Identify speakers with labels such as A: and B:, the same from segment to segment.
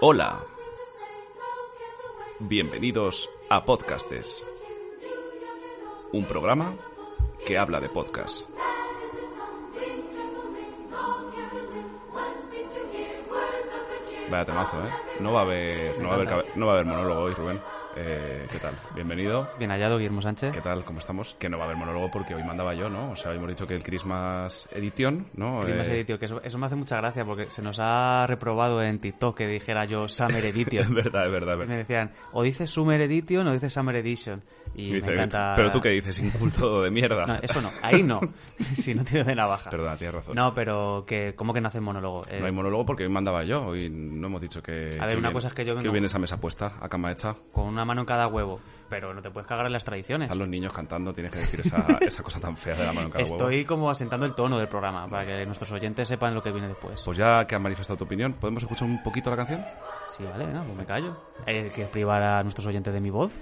A: Hola. Bienvenidos a Podcastes. Un programa que habla de podcast. Vaya temazo, ¿eh? No va a haber, no va a haber, cabe- no va a haber monólogo hoy, Rubén. Eh, ¿Qué tal? Bienvenido.
B: Bien hallado, Guillermo Sánchez.
A: ¿Qué tal? ¿Cómo estamos? Que no va a haber monólogo porque hoy mandaba yo, ¿no? O sea, hoy hemos dicho que el Christmas Edition, ¿no?
B: Christmas
A: Eh,
B: Edition, que eso, eso me hace mucha gracia porque se nos ha reprobado en TikTok que dijera yo Summer
A: Es
B: Edition.
A: verdad, es verdad. es
B: Y
A: verdad.
B: me decían, o dices Summer Edition o dices Summer Edition. Y,
A: Y
B: me
A: dice,
B: encanta.
A: Pero tú qué dices, inculto de mierda.
B: No, eso no, ahí no. si no tiro de navaja.
A: Perdona, tienes razón.
B: No, pero que, ¿cómo que no hacen monólogo? Eh,
A: No hay monólogo porque hoy mandaba yo y no hemos dicho que.
B: A ver,
A: que
B: una
A: viene-
B: cosa es que yo Eh.
A: Que
B: no-
A: viene esa mesa puesta, a cama hecha.
B: con una mano en cada huevo. Pero no te puedes cagar en las tradiciones.
A: Están los niños cantando, tienes que decir esa, esa cosa tan fea de la mano en cada huevo.
B: Estoy como asentando el tono del programa para que nuestros oyentes sepan lo que viene después.
A: Pues ya que has manifestado tu opinión, ¿podemos escuchar un poquito la canción?
B: Sí, vale, venga, pues me callo. Eh, ¿Quieres privar a nuestros oyentes de mi voz?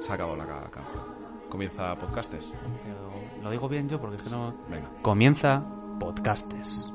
A: Se ha acabado la ca- canción. Comienza podcastes.
B: Pero, Lo digo bien yo porque es que no...
A: Venga.
B: Comienza Podcastes.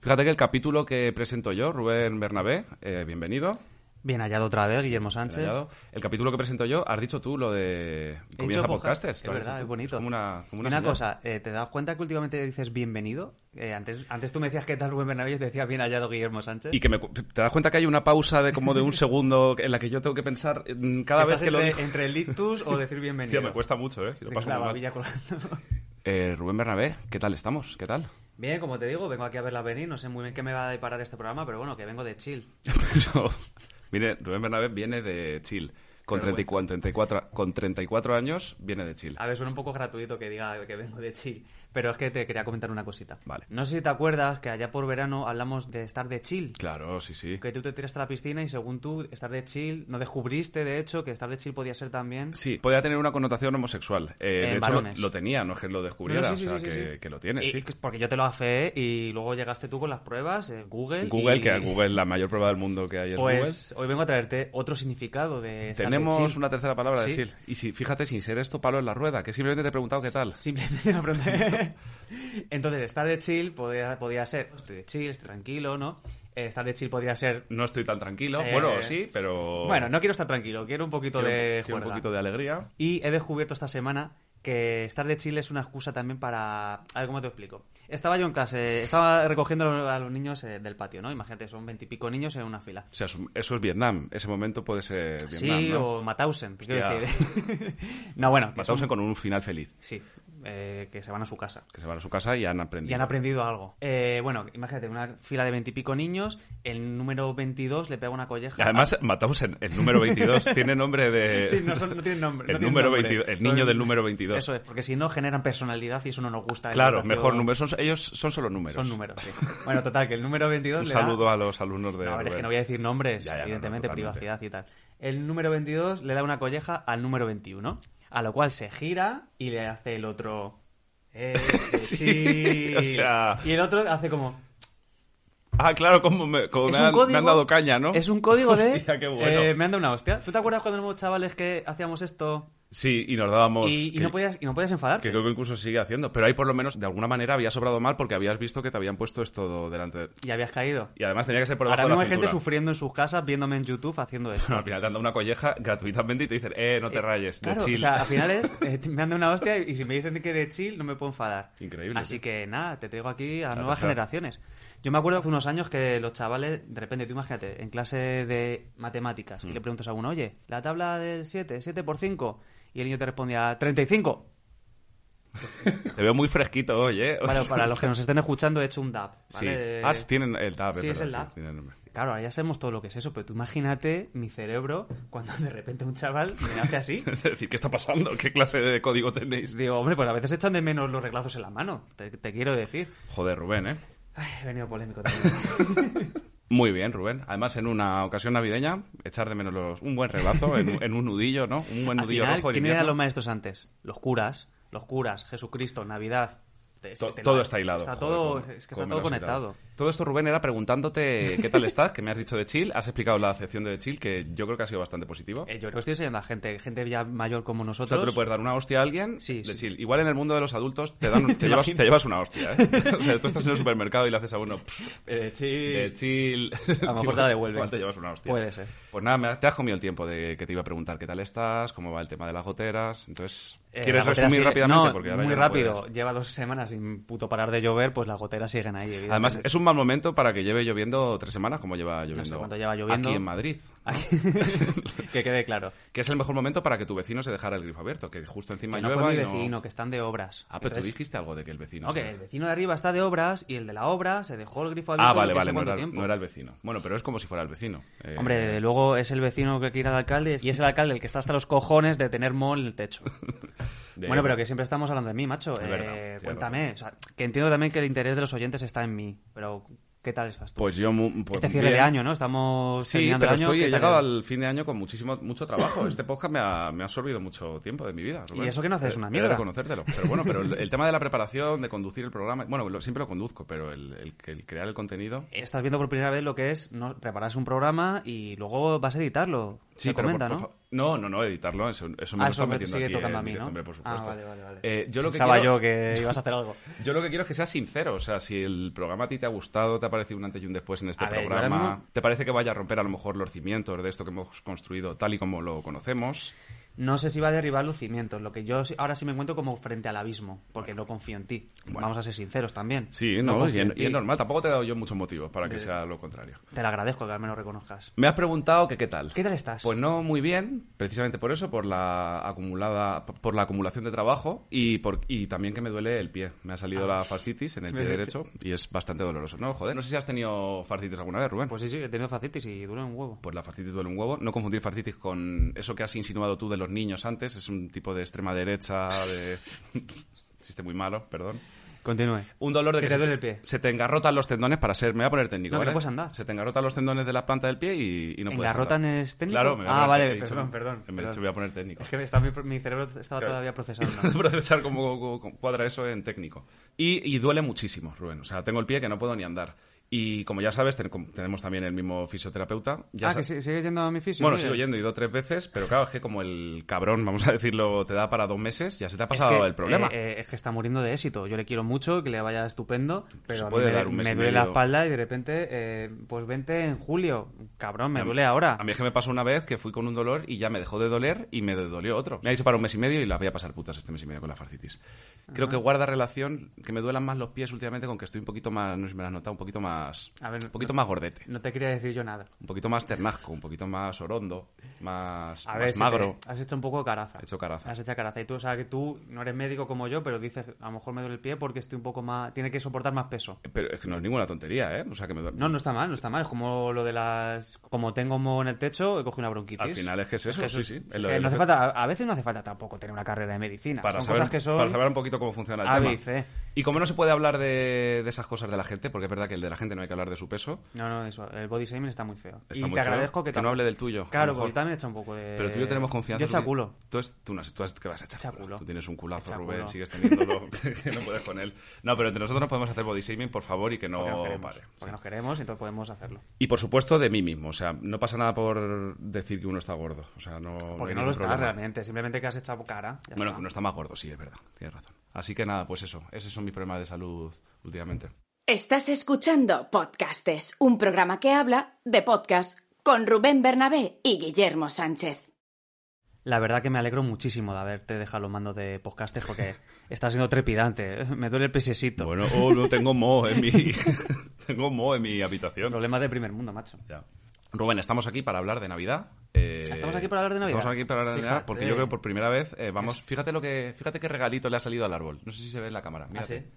A: Fíjate que el capítulo que presento yo, Rubén Bernabé, eh, bienvenido.
B: Bien hallado otra vez, Guillermo
A: bien
B: Sánchez.
A: hallado. El capítulo que presento yo, has dicho tú lo de. Comienza
B: podcast,
A: podcastes.
B: Es
A: lo has
B: verdad,
A: dicho
B: es
A: tú.
B: bonito.
A: como una, como una
B: Y una
A: señal.
B: cosa, eh, ¿te das cuenta que últimamente dices bienvenido? Eh, antes, antes tú me decías qué tal Rubén Bernabé, yo te decía bien hallado Guillermo Sánchez.
A: Y que me, cu- te das cuenta que hay una pausa de como de un segundo en la que yo tengo que pensar mm, cada
B: ¿Estás
A: vez que lo
B: entre,
A: digo.
B: entre el ictus o decir bienvenido.
A: Hostia, me cuesta mucho, ¿eh? Si lo
B: Tengo
A: paso
B: la
A: muy mal.
B: babilla colgando.
A: Eh, Rubén Bernabé, ¿qué tal estamos? ¿Qué tal?
B: Bien, como te digo, vengo aquí a verla venir. No sé muy bien qué me va a deparar este programa, pero bueno, que vengo de chill.
A: Pero, mire, Rubén Bernabé viene de Chile. Con
B: Qué
A: 34, 34 con 34 años viene de Chile.
B: A ver, suena un poco gratuito que diga que vengo de chill, pero es que te quería comentar una cosita.
A: Vale.
B: No sé si te acuerdas que allá por verano hablamos de estar de chill.
A: Claro, sí, sí.
B: Que tú te tiraste a la piscina y según tú, estar de chill, no descubriste de hecho que estar de chill podía ser también.
A: Sí, podía tener una connotación homosexual. Eh,
B: En
A: de hecho,
B: varones.
A: lo tenía, no es que lo descubriera,
B: No, no, sí, sí,
A: o sea,
B: sí,
A: que,
B: sí, sí.
A: que lo tiene,
B: Y-
A: sí.
B: Porque yo te lo afeé y luego llegaste tú con las pruebas, eh, Google.
A: Google,
B: y-
A: que a Google la mayor prueba del mundo que hay es
B: Pues hoy vengo a traerte otro significado de.
A: Google.
B: estar de
A: Tenemos
B: chill.
A: una tercera palabra de
B: Sí.
A: Chile. Y si, fíjate, sin ser esto palo en la rueda, que simplemente te he preguntado qué tal.
B: Simplemente la pregunta. Entonces, estar de chill podía, podía ser, "Oh, estoy de chill, estoy tranquilo, ¿no? Eh, estar de chill podía ser
A: No estoy tan tranquilo.
B: Eh,
A: Bueno, sí, pero.
B: Bueno, no quiero estar tranquilo, quiero un poquito
A: Quiero un-
B: de
A: quiero un
B: juerga.
A: poquito de alegría.
B: Y he descubierto esta semana que estar de Chile es una excusa también para... A ver, ¿cómo te explico? Estaba yo en clase, estaba recogiendo a los- a los niños eh, del patio, ¿no? Imagínate, son veintipico niños en una fila.
A: O sea, eso- eso es Vietnam. Ese momento puede ser Vietnam.
B: sí,
A: Pues ¿no?
B: o Matausen. pues, quiero
A: Hostia.
B: decir. no, bueno. que
A: Matausen
B: son-
A: con un final feliz.
B: Sí, eh, que se van a su casa.
A: Que se van a su casa y han aprendido.
B: Y han aprendido algo. Eh, bueno, imagínate, una fila de veintipico niños, el número 22 le pega una colleja.
A: Y Además, Matausen, el número 22, tiene nombre de.
B: Sí, no, son- no tienen nombre.
A: El
B: no tienen
A: número
B: nombre.
A: 22, el niño del número 22.
B: Eso es, porque si no generan personalidad y eso no nos gusta. El
A: Claro,
B: espacio-
A: mejor número. Son, ellos son solo números.
B: Son números, sí. Bueno, total, que el número 22
A: Un
B: le da-
A: saludo a los alumnos de.
B: No, a ver, es
A: Rubén.
B: que no voy a decir nombres,
A: Ya, ya, no, no,
B: evidentemente,
A: totalmente.
B: privacidad y tal. El número 22 le da una colleja al número 21, a lo cual se gira y le hace el otro... Eh,
A: Sí,
B: sí.
A: o sea-
B: Y el otro hace como...
A: Ah, claro, como me, como me han, me han dado caña, ¿no?
B: Es un código de...
A: Hostia, qué bueno.
B: eh, me han dado una hostia. ¿Tú te acuerdas cuando éramos chavales que hacíamos esto
A: Sí, y nos dábamos.
B: y, y
A: que-
B: no, podías, y no podías enfadarte?
A: Que creo que incluso sigue haciendo. Pero ahí, por lo menos, de alguna manera había sobrado mal porque habías visto que te habían puesto esto delante. de-
B: Y habías caído.
A: Y además tenía que ser por debajo
B: Ahora mismo
A: de
B: hay
A: la
B: gente
A: cintura.
B: sufriendo en sus casas viéndome en YouTube haciendo eso.
A: Al final te han dado una colleja gratuitamente y te dicen, eh, no te rayes, de
B: Claro,
A: chill.
B: o sea, al final es, eh, me han dado una hostia y si me dicen que de chill no me puedo enfadar.
A: Increíble,
B: Así
A: tío.
B: que nada, te traigo aquí a
A: Claro,
B: nuevas
A: claro.
B: generaciones. Yo me acuerdo hace unos años que los chavales, de repente, tú imagínate, en clase de matemáticas,
A: Mm.
B: y le preguntas a uno, oye, la tabla del 7, 7 por 5, y el niño te respondía, 35.
A: Te veo muy fresquito hoy, eh.
B: Bueno, para los que nos estén escuchando, he hecho un DAP.
A: Sí.
B: ¿vale?
A: Ah, sí, tienen el DAB,
B: Sí, es el DAB. Claro, ahora ya sabemos todo lo que es eso, pero tú imagínate mi cerebro cuando de repente un chaval me hace así.
A: Es decir, ¿qué está pasando? ¿Qué clase de código tenéis?
B: Digo, hombre, pues a veces echan de menos los reglazos en la mano, te, te quiero decir.
A: Joder, Rubén, ¿eh?
B: Ay, he venido polémico también.
A: Muy bien, Rubén. Además, en una ocasión navideña, echar de menos los- un buen reglazo en, en un nudillo, ¿no? Un buen
B: Al
A: nudillo
B: final,
A: rojo. en
B: ¿quién eran
A: invierno.
B: los maestros antes? Los curas, los curas, Jesucristo, Navidad. Te-
A: To-
B: te
A: todo está hilado,
B: Está
A: joder,
B: todo,
A: cómo-
B: es que
A: cómo
B: está
A: me
B: todo
A: lo has hilado.
B: conectado.
A: Todo esto, Rubén, era preguntándote qué tal estás, que me has dicho de Chill, has explicado la acepción de Chill, que yo creo que ha sido bastante positiva.
B: Eh, yo lo estoy enseñando a gente, gente ya mayor como
A: O sea,
B: nosotros.
A: tú le puedes dar una hostia a alguien
B: Sí,
A: de
B: sí.
A: chill. Igual en el mundo de los adultos te, dan, te,
B: Te
A: llevas,
B: imagino.
A: te llevas una hostia, ¿eh? o sea, tú estás en el supermercado y le haces a uno pff,
B: Eh, sí.
A: de chill.
B: A lo mejor te la devuelven.
A: Igual te llevas una hostia.
B: Puede ser.
A: Pues nada, me ha- te has comido el tiempo de que te iba a preguntar qué tal estás, cómo va el tema de las goteras. Entonces,
B: Eh,
A: ¿quieres
B: la gotera
A: resumir
B: sigue-
A: rápidamente?
B: No,
A: Porque ahora
B: muy
A: ya no
B: rápido.
A: puedes.
B: Lleva dos semanas sin puto parar de llover, pues las goteras siguen ahí. evidentemente.
A: Además, es un mal momento para que lleve lloviendo tres semanas, como lleva lloviendo,
B: cuánto lleva lloviendo.
A: aquí en Madrid.
B: Aquí- que quede claro.
A: Que es el mejor momento para que tu vecino se dejara el grifo abierto, que justo encima
B: Que no
A: llueva
B: fue mi
A: y no-
B: vecino, que están de obras.
A: Ah, pero tú
B: Entonces,
A: dijiste algo de que el vecino...
B: no,
A: se
B: que el
A: deja-
B: vecino de arriba está de obras y el de la obra se dejó el grifo abierto.
A: Ah,
B: no
A: vale,
B: sé hace
A: vale, no
B: cuánto
A: era,
B: tiempo.
A: no era el vecino. Bueno, pero es como si fuera el vecino. Eh,
B: Hombre, desde luego es el vecino que hay que ir al alcalde y es el alcalde el que está hasta los cojones de tener mol en el techo.
A: de-
B: Bueno, pero que siempre estamos hablando de mí, macho.
A: Es
B: Eh,
A: verdad, tienes
B: cuéntame. O sea, que entiendo también que el interés de los oyentes está en mí, pero ¿qué tal estás tú?
A: Pues yo... mu- pues
B: este cierre de
A: bien.
B: año, ¿no? Estamos
A: Sí,
B: terminando
A: pero
B: el año.
A: estoy,
B: ¿qué
A: he
B: tal
A: llegado
B: el-
A: al fin de año con muchísimo mucho trabajo. Este podcast me ha, me ha absorbido mucho tiempo de mi vida. Rubén.
B: Y eso que no haces
A: He-
B: una
A: he
B: mierda.
A: de reconocértelo. Pero bueno, pero el, el tema de la preparación, de conducir el programa... Bueno, lo- siempre lo conduzco, pero el, el- el crear el contenido...
B: Estás viendo por primera vez lo que es ¿no? prepararse un programa y luego vas a editarlo. Se
A: pero por-
B: comenta,
A: por
B: ¿no?
A: fa- no, no, no, editarlo, eso, eso me
B: Ah,
A: lo
B: eso
A: estás
B: me
A: metiendo
B: sigue
A: aquí
B: tocando
A: en
B: a mí,
A: directo,
B: ¿no?
A: hombre, por supuesto.
B: Ah, vale, vale, vale.
A: Eh, yo lo que
B: Pensaba
A: quiero-
B: yo que ibas a hacer algo.
A: Yo lo que quiero es que seas sincero, o sea, si el programa a ti te ha gustado, te ha parecido un antes y un después en este
B: A ver, yo ahora
A: programa,
B: mismo-
A: te parece que vaya a romper a lo mejor los cimientos de esto que hemos construido tal y como lo conocemos.
B: No sé si va a derribar los cimientos. Lo que yo sí- ahora sí me encuentro como frente al abismo, porque no confío en ti.
A: Bueno.
B: Vamos a ser sinceros también.
A: Sí, no, y,
B: confío
A: en-
B: en ti.
A: y es normal, tampoco te he dado yo muchos motivos para
B: Eh.
A: que sea lo contrario.
B: Te lo agradezco que al menos reconozcas.
A: Me has preguntado que qué tal.
B: ¿Qué tal estás?
A: Pues no muy bien, precisamente por eso, por la acumulada, por la acumulación de trabajo y por y también que me duele el pie. Me ha salido la fascitis en el
B: Ah, pues, Me
A: pie
B: duele.
A: derecho y es bastante doloroso. No, joder, no sé si has tenido fascitis alguna vez, Rubén.
B: Pues sí, sí, he tenido facitis y dura un huevo.
A: Pues la fascitis duele un huevo. No confundir fascitis con eso que has insinuado tú de los niños antes. Es un tipo de extrema derecha, de... Existe muy malo, perdón.
B: Continúe.
A: Un dolor de
B: Que
A: que,
B: te
A: se,
B: duele el pie.
A: se te engarrotan los tendones para ser... Me voy a poner técnico,
B: No, que no
A: ¿vale?
B: puedes andar.
A: Se te engarrotan los tendones de la planta del pie y, y no puedes
B: ¿Engarrotan
A: andar.
B: es técnico?
A: Claro, me voy a
B: Ah,
A: poner-
B: vale,
A: te he dicho-
B: perdón, perdón,
A: Me he
B: perdón.
A: dicho, voy a poner técnico.
B: Es que está mi, mi cerebro estaba
A: Claro.
B: todavía procesando.
A: procesar cómo, cómo cuadra eso en técnico. Y, y duele muchísimo, Rubén. O sea, tengo el pie que no puedo ni andar. Y como ya sabes, ten- como tenemos también el mismo fisioterapeuta. Ya
B: ah, que
A: sa-
B: sí- sigues yendo a mi fisio.
A: Bueno,
B: oye.
A: sigo yendo, he ido tres veces, pero claro, es que como el cabrón, vamos a decirlo, te da para dos meses, ya se te ha
B: Es
A: pasado
B: que,
A: el problema.
B: eh, eh, es que está muriendo de éxito. Yo le quiero mucho, que le vaya estupendo, pero a mí
A: puede
B: me,
A: dar un mes
B: me
A: y
B: duele la
A: medio.
B: espalda y de repente, eh, pues vente en julio. Cabrón, me
A: A mí-
B: duele ahora.
A: A mí es que me pasó una vez que fui con un dolor y ya me dejó de doler y me dolió otro. Me ha dicho para un mes y medio y la voy a pasar putas este mes y medio con la farcitis. Creo que guarda relación que me duelan más los pies últimamente con que estoy un poquito más, no sé si me lo has notado, un poquito más,
B: A ver,
A: un poquito
B: no-
A: más gordete.
B: No te quería decir yo nada.
A: Un poquito más ternazco, un poquito más orondo, más,
B: A
A: más
B: ver, si
A: magro.
B: te- has hecho un poco de caraza.
A: He hecho caraza.
B: Has hecho caraza. Y tú, o sea, que tú no eres médico como yo, pero dices, a lo mejor me duele el pie porque estoy un poco más. Tiene que soportar más peso.
A: Pero es que no es ninguna tontería, ¿eh? O sea, que me duele.
B: No, no está mal, no está mal. Es como lo de las. Como tengo moho en el techo, he cogido una bronquitis.
A: Al final es que es eso, sí, sí. Es lo
B: que
A: de-
B: no hace falta, a veces no hace falta tampoco tener una carrera de medicina.
A: para
B: son
A: saber,
B: cosas que son. ¿eh?
A: para saber un poquito cómo funciona el
B: A,
A: tema.
B: B y C.
A: Y como no se puede hablar de, de esas cosas de la gente, porque es verdad que el de la gente no hay que hablar de su peso,
B: No, no, eso. El body shaming está muy feo.
A: Está
B: y
A: muy feo,
B: te agradezco que,
A: que
B: tam-
A: no hable del tuyo, a lo
B: Claro,
A: mejor.
B: porque yo también he hecho un poco de.
A: pero tú y yo tenemos confianza.
B: Yo
A: Tú ti-
B: chaculo.
A: Tú, es- tú, no, tú has- ¿qué vas a echar?
B: Echa culo.
A: Tú tienes un culazo,
B: Echa
A: Rubén,
B: culo.
A: sigues teniéndolo, que no puedes con él. No, pero entre nosotros nos podemos hacer body shaming, por favor, y que no
B: porque nos queremos.
A: pare.
B: Porque nos queremos, entonces podemos hacerlo.
A: Y por supuesto de mí mismo, o sea, no pasa nada por decir que uno está gordo, o sea, no... hay
B: Porque no,
A: ningún
B: lo estás
A: problema.
B: realmente, simplemente que has echado cara. ya
A: Bueno,
B: está.
A: que uno está más gordo, sí, es verdad, tienes razón. Así que nada, pues eso, esos son mis problemas de salud últimamente.
C: Estás escuchando Podcastes, un programa que habla de podcast con Rubén Bernabé y Guillermo Sánchez.
B: La verdad que me alegro muchísimo de haberte dejado los mandos de podcastes porque está siendo trepidante. Me duele el pesecito.
A: Bueno, oh, no tengo mo en mi... tengo mo en mi habitación.
B: Problemas de primer mundo, macho.
A: Ya. Rubén, estamos aquí para hablar de Navidad. eh,
B: ¿Estamos aquí para hablar de Navidad?
A: Estamos aquí para hablar de
B: Fíjate.
A: Navidad porque yo creo que por primera vez eh, vamos... Fíjate lo que fíjate qué regalito le ha salido al árbol. No sé si se ve en la cámara. Mírate.
B: ¿Ah, sí?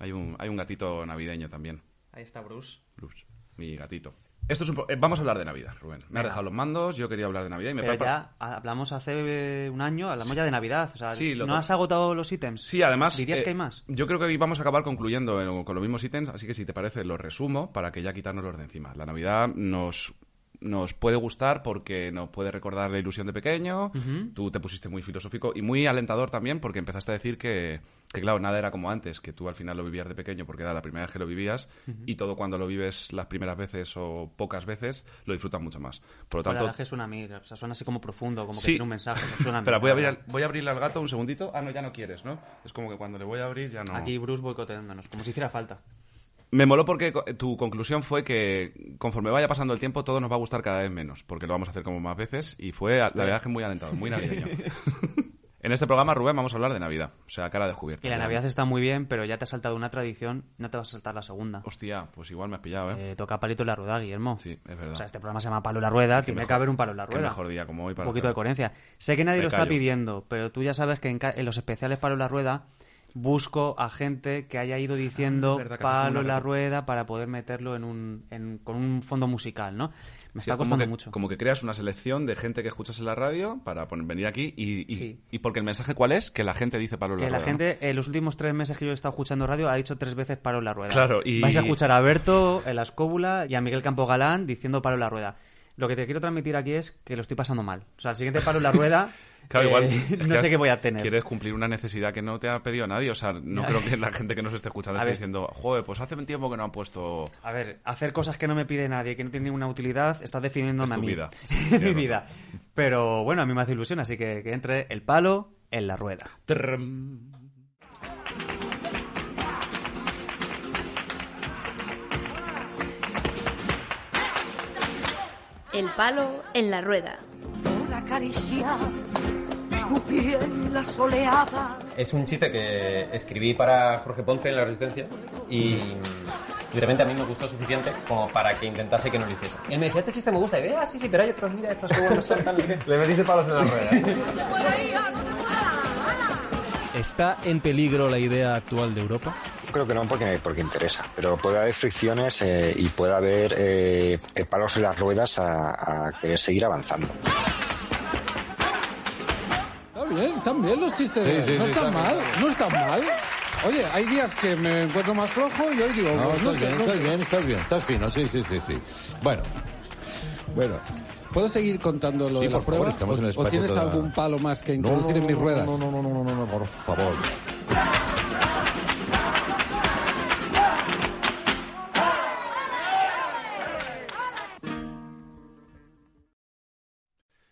A: Hay un hay un gatito navideño también.
B: Ahí está Bruce.
A: Bruce, mi gatito. Esto es un po- eh, Vamos a hablar de Navidad, Rubén. Me ha dejado los mandos, yo quería hablar de Navidad y me
B: Pero
A: prepa-
B: Eh, ya ha- hablamos hace eh, un año, hablamos ya de Navidad. O sea,
A: Sí, lo
B: ¿no
A: to-
B: has agotado los ítems?
A: Sí, además...
B: ¿Dirías
A: eh,
B: que hay más?
A: Yo creo que hoy vamos a acabar concluyendo eh, con los mismos ítems, así que si te parece lo resumo para que ya quitarnos los de encima. La Navidad nos nos puede gustar porque nos puede recordar la ilusión de pequeño. Tú te pusiste muy filosófico y muy alentador también porque empezaste a decir que, que, claro, nada era como antes, que tú al final lo vivías de pequeño porque era la primera vez que lo vivías y todo cuando lo vives las primeras veces o pocas veces lo disfrutas mucho más. Por lo
B: La
A: tanto,
B: verdad es que suena a mí, o sea, suena así como profundo, como que
A: Sí.
B: tiene un mensaje. no Suena a mí.
A: Espera, voy a, abrir al- voy a abrirle al gato un segundito. Ah, no, ya no quieres, ¿no? Es como que cuando le voy a abrir ya no.
B: Aquí Bruce boicoteándonos, como si hiciera falta.
A: Me moló porque co- tu conclusión fue que conforme vaya pasando el tiempo todo nos va a gustar cada vez menos, porque lo vamos a hacer como más veces y fue, a- la verdad, es que muy alentado, muy navideño. en este programa, Rubén, vamos a hablar de Navidad, o sea, cara descubierta.
B: Y la Navidad está muy bien, pero ya te has saltado una tradición, no te vas a saltar la segunda.
A: Hostia, pues igual me has pillado, ¿eh?
B: Eh, toca palito en la rueda, Guillermo.
A: Sí, es verdad.
B: O sea, este programa se llama Palo en la rueda, tiene
A: mejor-
B: que haber un palo en la
A: qué
B: rueda.
A: mejor día como hoy para
B: Un poquito de
A: hacerlo.
B: coherencia. Sé que nadie
A: Me
B: lo está
A: callo.
B: pidiendo, pero tú ya sabes que en, ca- en los especiales Palo en la rueda busco a gente que haya ido
A: Ah,
B: diciendo
A: es verdad, que hacemos
B: Palo
A: una
B: en la
A: reco-
B: rueda para poder meterlo en un, en- con un fondo musical, ¿no? Me
A: Sí,
B: está
A: es como
B: costando
A: que-
B: mucho.
A: Como que creas una selección de gente que escuchas en la radio para pon- venir aquí y, y-
B: Sí.
A: y porque el mensaje cuál es, que la gente dice palo en
B: Que
A: rueda,
B: la
A: ¿no?
B: gente, en los últimos tres meses que yo he estado escuchando radio, ha dicho tres veces paro en la rueda.
A: Claro, y-
B: Vais a escuchar a Berto, en la escóbula y a Miguel Campo Galán diciendo paro en la rueda. Lo que te quiero transmitir aquí es que lo estoy pasando mal. O sea, el siguiente paro en la rueda,
A: Claro,
B: eh,
A: igual. es que
B: no sé
A: has-
B: qué voy a tener.
A: Quieres cumplir una necesidad que no te ha pedido nadie. O sea, no creo que la gente que nos esté escuchando
B: A
A: esté
B: ver.
A: diciendo, joder, pues hace un tiempo que no han puesto.
B: A ver, hacer cosas que no me pide nadie, que no tienen ninguna utilidad, estás definiéndome
A: Es tu
B: a mí.
A: vida.
B: Es mi vida. Pero bueno, a mí me hace ilusión, así que que entre el palo en la rueda.
A: Trrrm.
D: El palo en la rueda.
E: por acariciar tu piel la soleada.
F: Es un chiste que escribí para Jorge Ponce en La Resistencia y de repente a mí me gustó suficiente como para que intentase que no lo hiciese. Él me decía, este chiste me gusta. Y yo, ah, sí, sí, pero hay otros, mira, estos que buenos son, tal, no sé qué".
G: Le metiste palos en las ruedas.
H: ¿Está en peligro la idea actual de Europa?
I: Creo que no porque, porque interesa, pero puede haber fricciones eh, y puede haber eh, eh, palos en las ruedas a, a querer seguir avanzando.
J: Está bien, están bien los chistes.
G: Sí, sí,
J: no
G: sí,
J: están
G: está
J: mal,
G: bien,
J: no están mal. Oye, hay días que me encuentro más flojo y hoy digo,
G: No,
J: pues, no
G: estás
J: sé,
G: bien,
J: no
G: estás
J: sé.
G: bien, estás bien, estás fino, sí, sí, sí, sí. Bueno,
J: Bueno, ¿puedo seguir contando lo
G: Sí,
J: de la
G: por favor,
J: prueba?
G: estamos
J: ¿O-
G: en el
J: ¿O
G: espacio
J: tienes
G: toda-
J: algún palo más que
G: no, no,
J: introducir en mis
G: no,
J: ruedas?
G: No, no, no, no, no, no, por favor.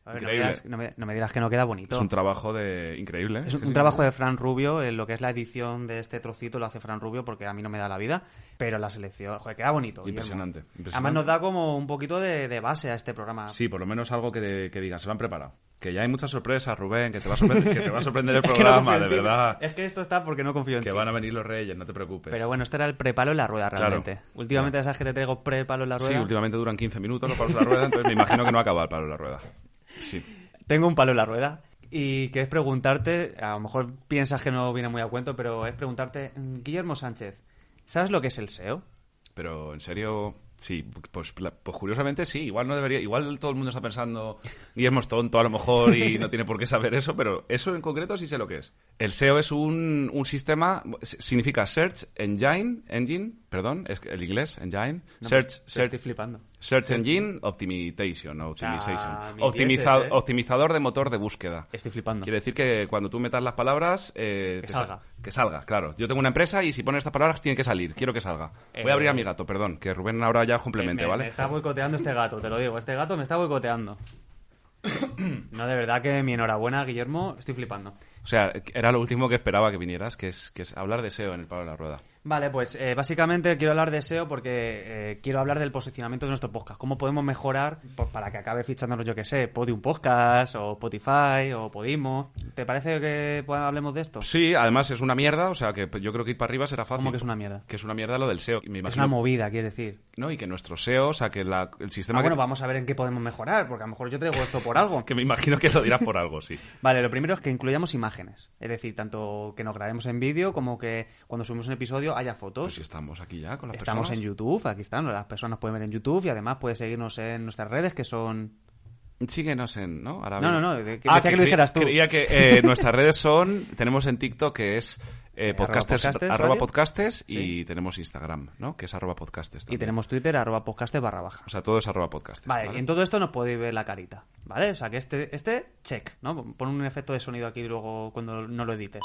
B: A ver, no, me
A: Increíble.
B: digas, no me- no me digas que no queda bonito.
A: Es un trabajo de increíble. ¿eh?
B: Es un trabajo de Fran Rubio, en lo que es la edición de este trocito lo hace Fran Rubio porque a mí no me da la vida, pero la selección, joder, queda bonito. Guillermo.
A: Impresionante, impresionante.
B: Además nos da como un poquito de, de base a este programa.
A: Sí, por lo menos algo que, que digan, se lo han preparado. Que ya hay muchas sorpresas, Rubén, que te va a sorprender, que te va a sorprender el
B: Es que no confío
A: programa,
B: en
A: de
B: ti.
A: verdad.
B: Es que esto está porque no confío en
A: Que
B: ti.
A: van a venir los reyes, no te preocupes.
B: Pero bueno, este era el prepalo en la rueda
A: Claro.
B: realmente. Últimamente sabes que te traigo prepalo en la rueda.
A: Sí, últimamente duran 15 minutos los palos de la rueda, entonces me imagino que no acaba el palo de la rueda. Sí.
B: Tengo un palo en la rueda. Y que es preguntarte, a lo mejor piensas que no viene muy a cuento, pero es preguntarte, mm, Guillermo Sánchez, ¿sabes lo que es el E SEO?
A: Pero en serio, sí, pues, la- pues curiosamente sí, igual no debería, igual todo el mundo está pensando, Guillermo es tonto a lo mejor y no tiene por qué saber eso, pero eso en concreto sí sé lo que es. El SEO es un, un sistema, s- significa Search Engine, Engine, perdón, es que el inglés, Engine,
B: No,
A: Search,
B: pues, te
A: search,
B: Estoy flipando.
A: search Engine Optimization, o Optimization,
B: Ah, mi
A: Optimiza-
B: dioses, ¿eh?
A: optimizador de motor de búsqueda.
B: Estoy flipando.
A: Quiere decir que cuando tú metas las palabras... eh,
B: Que
A: te sa-
B: salga.
A: Que salga, claro. Yo tengo una empresa y si pones estas palabras tiene que salir. Quiero que salga. Voy
B: Eh,
A: a abrir a mi gato, perdón, que Rubén ahora ya complemente,
B: Me- me-
A: ¿vale?
B: Me está boicoteando este gato, te lo digo. Este gato me está boicoteando. No, de verdad que mi enhorabuena, Guillermo. Estoy flipando.
A: O sea, era lo último que esperaba que vinieras, que es, que es hablar de SEO en el palo de la rueda.
B: Vale, pues eh, básicamente quiero hablar de SEO porque eh, quiero hablar del posicionamiento de nuestro podcast. ¿Cómo podemos mejorar pues, para que acabe fichándonos, yo que sé, Podium Podcast o Spotify o Podimo? ¿Te parece que pues, hablemos de esto?
A: Sí, además es una mierda, o sea, que yo creo que ir para arriba será fácil.
B: ¿Cómo que es una mierda?
A: Que es una mierda lo del SEO. Y me
B: Es
A: imagino,
B: una movida, quiero decir.
A: ¿no? Y que nuestro SEO, o sea, que la- el sistema...
B: Ah,
A: que,
B: bueno, vamos a ver en qué podemos mejorar, porque a lo mejor yo traigo esto por algo.
A: que me imagino que lo dirás por algo, sí.
B: Vale, lo primero es que incluyamos imágenes. Es decir, tanto que nos grabemos en vídeo como que cuando subimos un episodio haya
A: Pues
B: fotos.
A: si estamos aquí ya con las
B: Estamos
A: personas.
B: en YouTube, aquí están, las personas pueden ver en YouTube y además pueden seguirnos en nuestras redes que son
A: Síguenos en, ¿no? Ahora
B: No,
A: bien.
B: no, no, de- que decía que lo dijeras tú.
A: Creía que eh, nuestras redes son, tenemos en TikTok que es eh,
B: arroba
A: podcasters,
B: podcastes,
A: arroba
B: radio.
A: podcastes, y tenemos Instagram, ¿no? Que es arroba podcastes.
B: Y
A: también.
B: tenemos Twitter, arroba podcast barra baja.
A: O sea, todo es arroba podcastes.
B: Vale, y en todo esto nos podéis ver la carita, ¿vale? O sea, que este, este check, ¿no? Pon un efecto de sonido aquí luego cuando no lo edites.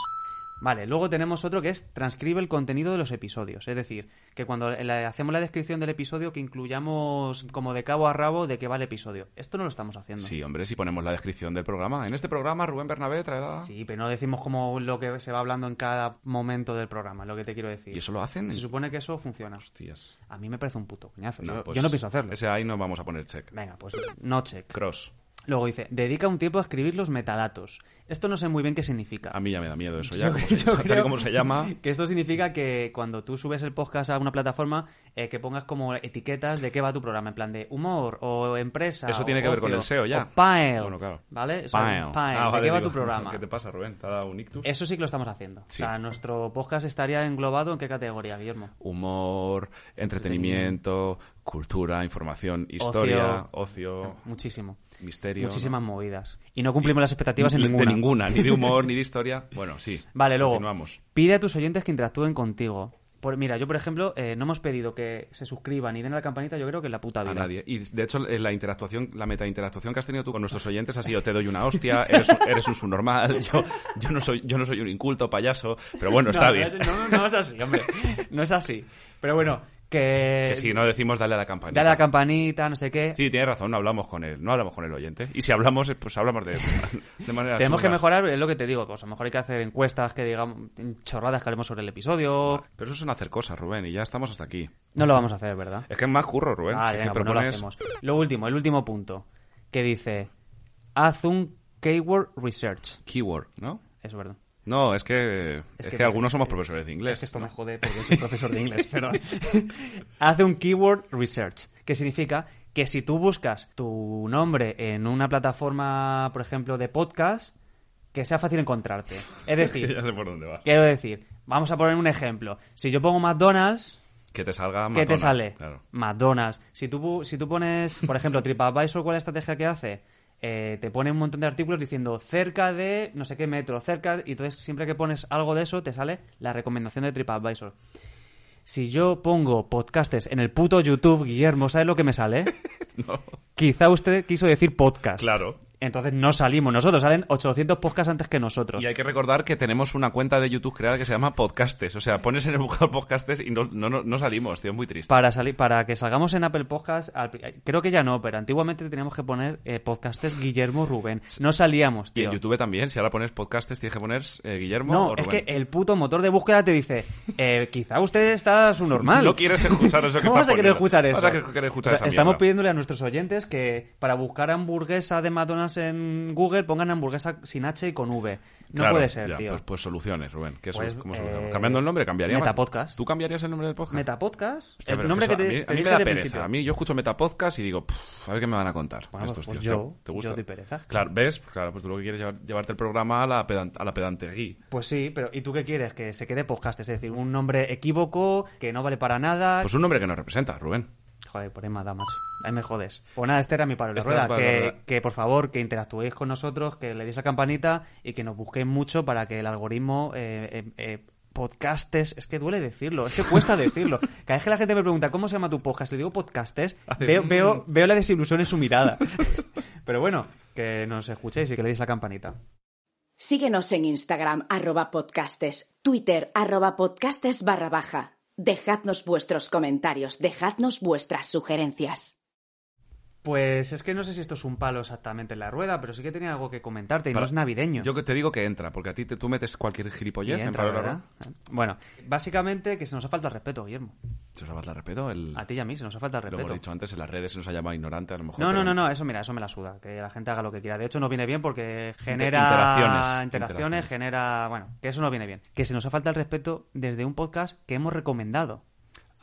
B: Vale, luego tenemos otro que es transcribe el contenido de los episodios. Es decir, que cuando le- hacemos la descripción del episodio, que incluyamos como de cabo a rabo de qué va el episodio. Esto no lo estamos haciendo.
A: Sí, hombre, si ponemos la descripción del programa. En este programa, Rubén Bernabé traerá...
B: Sí, pero no decimos como lo que se va hablando en cada momento del programa, es lo que te quiero decir.
A: ¿Y eso lo hacen?
B: Se supone que eso funciona.
A: Hostias.
B: A mí me parece un puto coñazo.
A: No,
B: yo,
A: pues,
B: yo no pienso hacerlo.
A: Ese ahí no vamos a poner check.
B: Venga, pues no check.
A: Cross.
B: Luego dice, dedica un tiempo a escribir los metadatos. Esto no sé muy bien qué significa.
A: A mí ya me da miedo eso ya. como se-
B: Yo- yo
A: tal y
B: creo
A: como se llama.
B: Que esto significa que cuando tú subes el podcast a una plataforma, eh, que pongas como etiquetas de qué va tu programa, en plan de humor o empresa.
A: Eso
B: o
A: tiene que ver con
B: ocio,
A: el SEO ya.
B: o Pile.
A: Bueno, claro.
B: ¿Vale? O sea,
A: Pile.
B: Pile,
A: Ah,
B: ¿De
A: vale,
B: qué va
A: digo,
B: tu programa?
A: ¿Qué te pasa, Rubén? ¿Te ha dado un ictus?
B: Eso sí que lo estamos haciendo.
A: Sí.
B: O sea, nuestro podcast estaría englobado en qué categoría, Guillermo.
A: Humor, entretenimiento, cultura, información, historia, ocio,
B: Muchísimo.
A: misterio.
B: Muchísimas movidas. Y no cumplimos las expectativas en
A: Ni-
B: ninguna.
A: De ninguna, ni de humor, ni de historia. Bueno, sí.
B: Vale, luego.
A: Continuamos.
B: Pide a tus oyentes que interactúen contigo. Por, mira, yo, por ejemplo, eh, no hemos pedido que se suscriban y den a la campanita, yo creo que en la puta
A: A
B: vida.
A: nadie. Y de hecho, eh, la interactuación, la metainteractuación que has tenido tú con nuestros oyentes ha sido: te doy una hostia, eres un, eres un subnormal, yo, yo, no soy, yo no soy un inculto payaso. Pero bueno,
B: No,
A: está
B: no
A: bien.
B: es- No, no es así, hombre. No es así. Pero bueno, que...
A: Que si no decimos dale a la campaña.
B: Dale a la campanita, no sé qué.
A: Sí, tienes razón, no hablamos con él, no hablamos con el oyente. Y si hablamos, eh, pues hablamos de, de manera.
B: Tenemos que
A: chunga.
B: mejorar, es lo que te digo, pues a lo mejor hay que hacer encuestas que digamos, chorradas que haremos sobre el episodio.
A: Pero eso son hacer cosas, Rubén, y ya estamos hasta aquí.
B: No lo vamos a hacer, ¿verdad?
A: Es que es más curro, Rubén.
B: Vale,
A: Eh, Si me
B: venga, pues no lo
A: propones-
B: hacemos. Lo último, el último punto, que dice, haz un keyword research.
A: Keyword, ¿no?
B: Eso, perdón.
A: No, es que, es
B: Es
A: que,
B: que-
A: algunos somos profesores de inglés.
B: Es que esto
A: ¿no?
B: me jode porque soy profesor de inglés, pero hace un keyword research, que significa que si tú buscas tu nombre en una plataforma, por ejemplo, de podcast, que sea fácil encontrarte. Es
A: ya
B: decir,
A: sé por dónde va.
B: quiero decir, vamos a poner un ejemplo. Si yo pongo McDonald's,
A: Que te salga
B: ¿qué te
A: Madonna,
B: sale?
A: Claro.
B: McDonald's. Si tú, bu- si tú pones, por ejemplo, TripAdvisor, ¿cuál es la estrategia que hace? Eh, te pone un montón de artículos diciendo cerca de no sé qué metro, cerca, de- y entonces siempre que pones algo de eso te sale la recomendación de TripAdvisor. Si yo pongo podcastes en el puto YouTube, Guillermo, ¿sabes lo que me sale?
A: No.
B: Quizá usted quiso decir podcast.
A: Claro.
B: Entonces no salimos nosotros, salen 800 podcasts antes que nosotros.
A: Y hay que recordar que tenemos una cuenta de YouTube creada que se llama Podcastes. O sea, pones en el buscador Podcastes y no, no, no- no salimos, tío, es muy triste.
B: Para, salir, para que salgamos en Apple Podcast, al pri- creo que ya no, pero antiguamente teníamos que poner eh, podcastes Guillermo Rubén. No salíamos,
A: Y
B: tío.
A: en YouTube también, si ahora pones Podcastes, tienes que poner eh, Guillermo
B: No,
A: o
B: es
A: Rubén.
B: que el puto motor de búsqueda te dice, eh, quizá usted está subnormal.
A: No quieres escuchar eso que
B: ¿Cómo
A: estás
B: vas a querer
A: poniendo?
B: escuchar eso?
A: Vas a querer- querer escuchar
B: O sea,
A: esa
B: estamos
A: mierda.
B: pidiéndole a nuestros oyentes que para buscar hamburguesa de McDonald's en Google pongan hamburguesa sin H y con V. No
A: Claro,
B: puede ser,
A: ya,
B: tío.
A: Pues, pues soluciones, Rubén. ¿Qué
B: Pues,
A: solu- ¿Cómo solucionamos?
B: eh,
A: Cambiando el nombre, cambiaría.
B: Metapodcast.
A: ¿Tú cambiarías el nombre del podcast?
B: Metapodcast,
A: Hostia, pero
B: el nombre
A: eso
B: que te,
A: a mí,
B: te
A: a mí
B: dije
A: me da
B: del
A: pereza.
B: principio.
A: A mí yo escucho Metapodcast y digo, "Puf, a ver qué me van a contar
B: Bueno,
A: estos
B: pues- pues
A: tíos.
B: yo-
A: ¿Te- ¿Te gusta?
B: yo doy pereza.
A: Claro, ¿ves? Claro, pues tú lo que quieres es llevar- llevarte el programa a la, pedan- a la pedantería.
B: Pues sí, pero ¿y tú qué quieres? Que se quede podcast, es decir, un nombre equívoco, que no vale para nada.
A: Pues un nombre que nos representa, Rubén.
B: Joder, por ahí me ha dado, macho. Ahí me jodes. Pues nada, este era mi paro de la
A: Este era
B: rueda.
A: el paro de la
B: Que,
A: rueda.
B: que, por favor, que interactuéis con nosotros, que le deis a campanita y que nos busquéis mucho para que el algoritmo eh, eh, eh, podcastes. Es que duele decirlo, es que cuesta decirlo. Cada vez que la gente me pregunta cómo se llama tu podcast, le digo podcastes,
A: Haces,
B: veo,
A: "Mm".
B: veo, veo la desilusión en su mirada. Pero bueno, que nos escuchéis y que le deis la campanita.
C: Síguenos en Instagram, arroba podcastes, Twitter, arroba podcastes barra baja. Dejadnos vuestros comentarios, dejadnos vuestras sugerencias.
B: Pues es que no sé si esto es un palo exactamente en la rueda, pero sí que tenía algo que comentarte y
A: Para-
B: no es navideño.
A: Yo que te digo que entra, porque a ti te, tú metes cualquier
B: Y
A: gilipollez en
B: entra,
A: Pablo
B: ¿verdad? ¿Eh?
A: Larro-
B: Bueno, básicamente que se nos ha falta el respeto, Guillermo.
A: Se os la respeto. El,
B: A ti y a mí se nos ha falta el
A: lo hemos
B: Ah, respeto.
A: dicho antes, en las redes se nos ha llamado ignorante, a lo mejor.
B: No, no,
A: pero-
B: no, no, eso mira, eso me la suda, que la gente haga lo que quiera. De hecho, no viene bien porque genera
A: interacciones, interacciones.
B: interacciones, genera, bueno, que eso no viene bien. Que se nos ha falta el respeto desde un podcast que hemos recomendado.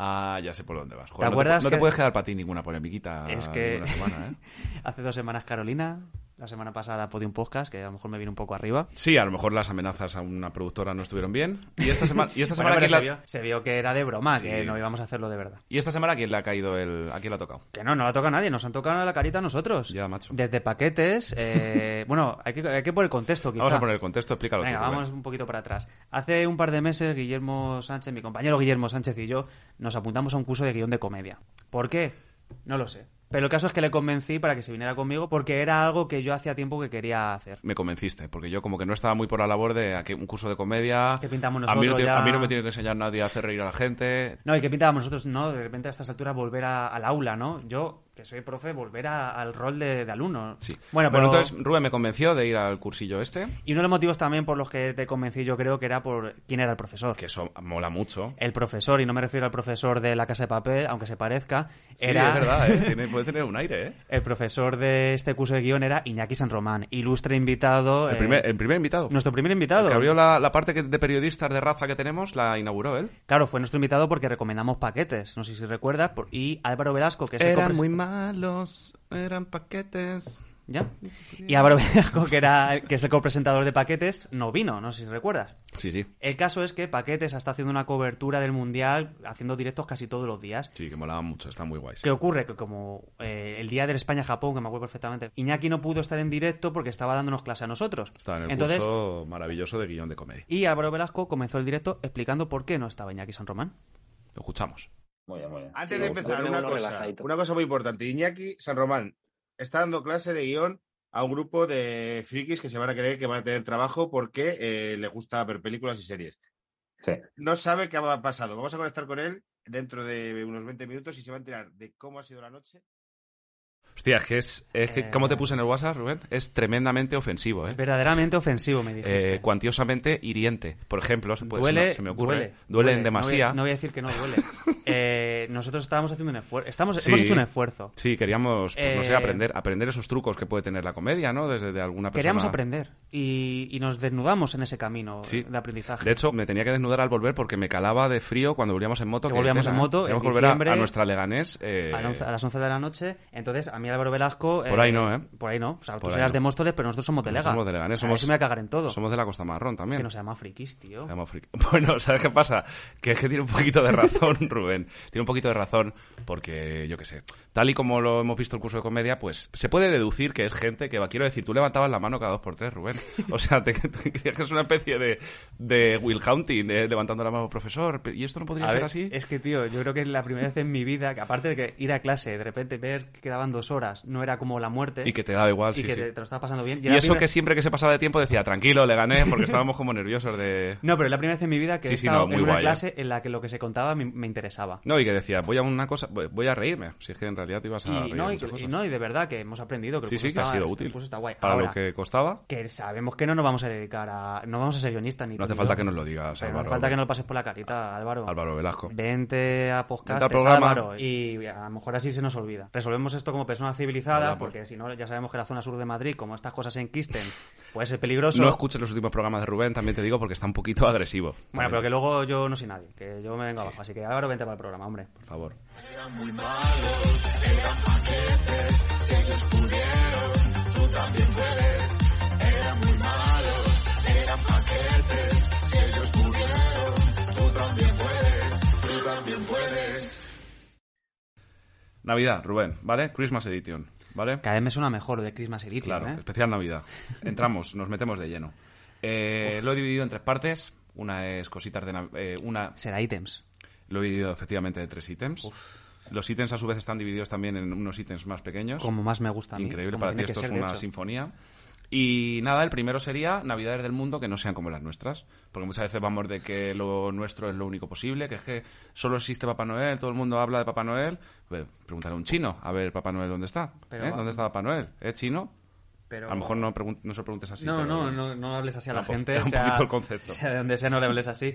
A: Ah, ya sé por dónde vas. Joder,
B: ¿Te
A: no pu-
B: acuerdas
A: No te
B: que-
A: puedes quedar para ti ninguna polemiquita.
B: es que
A: ninguna semana, ¿eh?
B: hace dos semanas Carolina, la semana pasada Podium Podcast, que a lo mejor me vino un poco arriba.
A: Sí, a lo mejor las amenazas a una productora no estuvieron bien. Y esta, semana y esta
B: Bueno,
A: semana...
B: pero
A: ¿quién
B: se,
A: la-
B: vio, se vio que era de broma, que
A: Sí.
B: no íbamos a hacerlo de verdad.
A: ¿Y esta semana a quién le ha caído el... a quién le ha tocado?
B: Que no, no la toca a nadie, nos han tocado la carita a nosotros. Ya, macho. Desde paquetes, eh, bueno, hay que, hay que poner el contexto, quizá.
A: Vamos a poner el contexto, explícalo
B: Venga,
A: tú, Rubén.
B: vamos un poquito para atrás. Hace un par de meses, Guillermo Sánchez, mi compañero Guillermo Sánchez y yo, nos apuntamos a un curso de guión de comedia. ¿Por qué? No lo sé. Pero el caso es que le convencí para que se viniera conmigo porque era algo que yo hacía tiempo que quería hacer.
A: Me convenciste, porque yo como que no estaba muy por la labor de aquí, un curso de comedia...
B: Que pintamos
A: a, mí
B: nosotros
A: no tiene-
B: ya.
A: a mí no me tiene que enseñar nadie a hacer reír a la gente.
B: No, y que pintábamos nosotros, ¿no? De repente a estas alturas volver a- al aula, ¿no? Yo, que soy profe, volver a- al rol de, de alumno. Sí. Bueno, pero...
A: entonces Rubén me convenció de ir al cursillo este.
B: Y uno de los motivos también por los que te convencí yo creo que era por quién era el profesor.
A: Que eso mola mucho.
B: El profesor, y no me refiero al profesor de la casa de papel, aunque se parezca,
A: Sí,
B: era...
A: es verdad, ¿eh? Tiene- puede tener un aire, ¿eh?
B: El profesor de este curso de guión era Iñaki San Román, ilustre invitado.
A: El
B: eh,
A: primer, el primer invitado.
B: Nuestro primer invitado.
A: El que abrió la, la parte que- de periodistas de raza que tenemos, la inauguró él.
B: Claro, fue nuestro invitado porque recomendamos paquetes, no sé si recuerdas, por- y Álvaro Velasco, que es el
A: Eran
B: copre-
A: muy malos, eran paquetes.
B: ¿Ya? Y Álvaro Velasco, que, era, que es el copresentador de Paquetes, no vino, no sé si recuerdas.
A: Sí, sí.
B: El caso es que Paquetes está haciendo una cobertura del Mundial, haciendo directos casi todos los días.
A: Sí, que molaba mucho, están muy guays.
B: ¿Qué ocurre? Que como eh, el día del España-Japón, que me acuerdo perfectamente, Iñaki no pudo estar en directo porque estaba dándonos clase a nosotros.
A: Estaba en el
B: Entonces,
A: curso maravilloso de guión de comedia.
B: Y Álvaro Velasco comenzó el directo explicando por qué no estaba Iñaki San Román.
A: Lo escuchamos.
K: Muy bien, muy bien.
L: Antes de empezar, una cosa, una cosa muy importante. Iñaki San Román está dando clase de guión a un grupo de frikis que se van a creer que van a tener trabajo porque eh, le gusta ver películas y series.
K: Sí.
L: No sabe qué ha pasado. Vamos a conectar con él dentro de unos 20 minutos y se va a enterar de cómo ha sido la noche.
A: Hostia, es que es. es que,
B: Eh.
A: ¿Cómo te puse en el WhatsApp, Rubén? Es tremendamente ofensivo, ¿eh?
B: Verdaderamente ofensivo, me dijiste.
A: Eh, cuantiosamente hiriente. Por ejemplo, se, puede- se
B: duele,
A: me- se me ocurre.
B: duele,
A: duele en
B: No voy a-
A: demasía.
B: No voy, a decir que no duele. Eh, nosotros estábamos haciendo un esfuerzo. Estamos,
A: Sí.
B: Hemos hecho un esfuerzo.
A: Sí, queríamos, pues, no sé,
B: Eh,
A: aprender, aprender esos trucos que puede tener la comedia, ¿no? Desde de alguna persona.
B: Queríamos aprender y, y nos desnudamos en ese camino
A: Sí.
B: de aprendizaje.
A: De hecho, me tenía que desnudar al volver porque me calaba de frío cuando volvíamos en moto.
B: Que volvíamos
A: tela,
B: en
A: ¿eh?
B: moto,
A: Teníamos
B: en
A: que volver a-
B: diciembre,
A: a, nuestra Leganés. eh,
B: a, la once- a las 11 de la noche. Entonces, a mí Álvaro Velasco...
A: Por ahí no, ¿eh?
B: Por ahí no. O sea,
A: Por
B: tú
A: ahí
B: eras
A: no.
B: de Móstoles, pero nosotros somos de Lega.
A: Somos de Leganés.
B: A ver
A: Somos,
B: si me voy a cagar en todo.
A: Somos de la Costa Marrón también.
B: Que nos llama frikis, tío.
A: Éramos friki- Bueno, ¿sabes qué pasa? Que es que tiene un poquito de razón, Rubén. Tiene un poquito de razón porque, yo qué sé, tal y como lo hemos visto el curso de comedia, pues se puede deducir que es gente que, va- quiero decir, tú levantabas la mano cada dos por tres, Rubén. O sea, te, tú creías que es una especie de, de Will Hunting, eh, levantando la mano, profesor, ¿y esto no podría
B: A
A: ser
B: ver, eh,
A: así?
B: Es que, tío, yo creo que es la primera vez en mi vida que, aparte de que ir a clase, de repente ver que quedaban dos horas, no era como la muerte.
A: Y que te daba igual,
B: Y
A: sí,
B: que
A: sí.
B: Te, te lo estabas pasando bien.
A: Y,
B: era la
A: eso
B: primera-
A: que siempre que se pasaba de tiempo decía, tranquilo, le gané, porque estábamos como nerviosos de...
B: No, pero es la primera vez en mi vida que
A: Sí,
B: he
A: sí,
B: estado
A: no, muy
B: en una
A: guay, ¿eh?
B: clase en la que lo que se contaba me, me interesaba.
A: No, y que decía, voy a una cosa, voy voy a reírme. Si es que en realidad te ibas a
B: Y
A: reír
B: no, y,
A: muchas
B: que-
A: cosas.
B: y no, y de verdad que hemos aprendido. Que el
A: Sí,
B: curso
A: sí, que ha
B: está-
A: sido
B: este
A: útil.
B: curso está guay.
A: Para
B: Ahora,
A: lo que costaba.
B: que sabemos que no nos vamos a dedicar a... No vamos a ser guionistas ni
A: No hace
B: tú ni
A: falta
B: yo.
A: que nos lo digas,
B: Pero no hace
A: Álvaro.
B: falta que nos lo pases por la carita, Álvaro.
A: Álvaro Velasco.
B: Vente a podcast,
A: Vente al programa.
B: Álvaro, y a lo mejor así se nos olvida. Resolvemos esto como persona civilizada,
A: Hablamos.
B: porque si no, ya sabemos que la zona sur de Madrid, como estas cosas se enquisten, puede ser peligroso.
A: No escuches los últimos programas de Rubén, también te digo, porque está un poquito agresivo. También,
B: Bueno, pero que luego yo no soy nadie, que yo me vengo abajo. Así que Álvaro, vente para el programa, hombre.
A: Por favor. Navidad, Rubén, ¿vale? Christmas Edition, ¿vale?
B: Cada vez me suena mejor lo de Christmas Edition,
A: Claro,
B: ¿eh?
A: especial Navidad. Entramos, nos metemos de lleno. Eh, lo he dividido en tres partes. Una es cositas de Nav- eh, una
B: Será ítems.
A: Lo he dividido efectivamente de tres ítems. Los ítems a su vez están divididos también en unos ítems más pequeños.
B: Como más me gusta a mí,
A: Increíble,
B: como
A: para ti
B: tiene que
A: esto es
B: ser, de
A: una
B: hecho.
A: sinfonía. Y nada, el primero sería Navidades del mundo que no sean como las nuestras. Porque muchas veces vamos de que lo nuestro es lo único posible, que es que solo existe Papá Noel, todo el mundo habla de Papá Noel. Pues, preguntar a un chino, a ver, Papá Noel, ¿dónde está?
B: Pero-
A: ¿Eh? ¿Dónde está Papá Noel? ¿Es chino?
B: Pero-
A: A lo mejor no, pregun- no se lo preguntes así.
B: no,
A: pero-
B: no, no, no hables así a la
A: Era un po-
B: gente.
A: era un
B: sea-
A: poquito el concepto.
B: Sea de donde sea, no le hables así.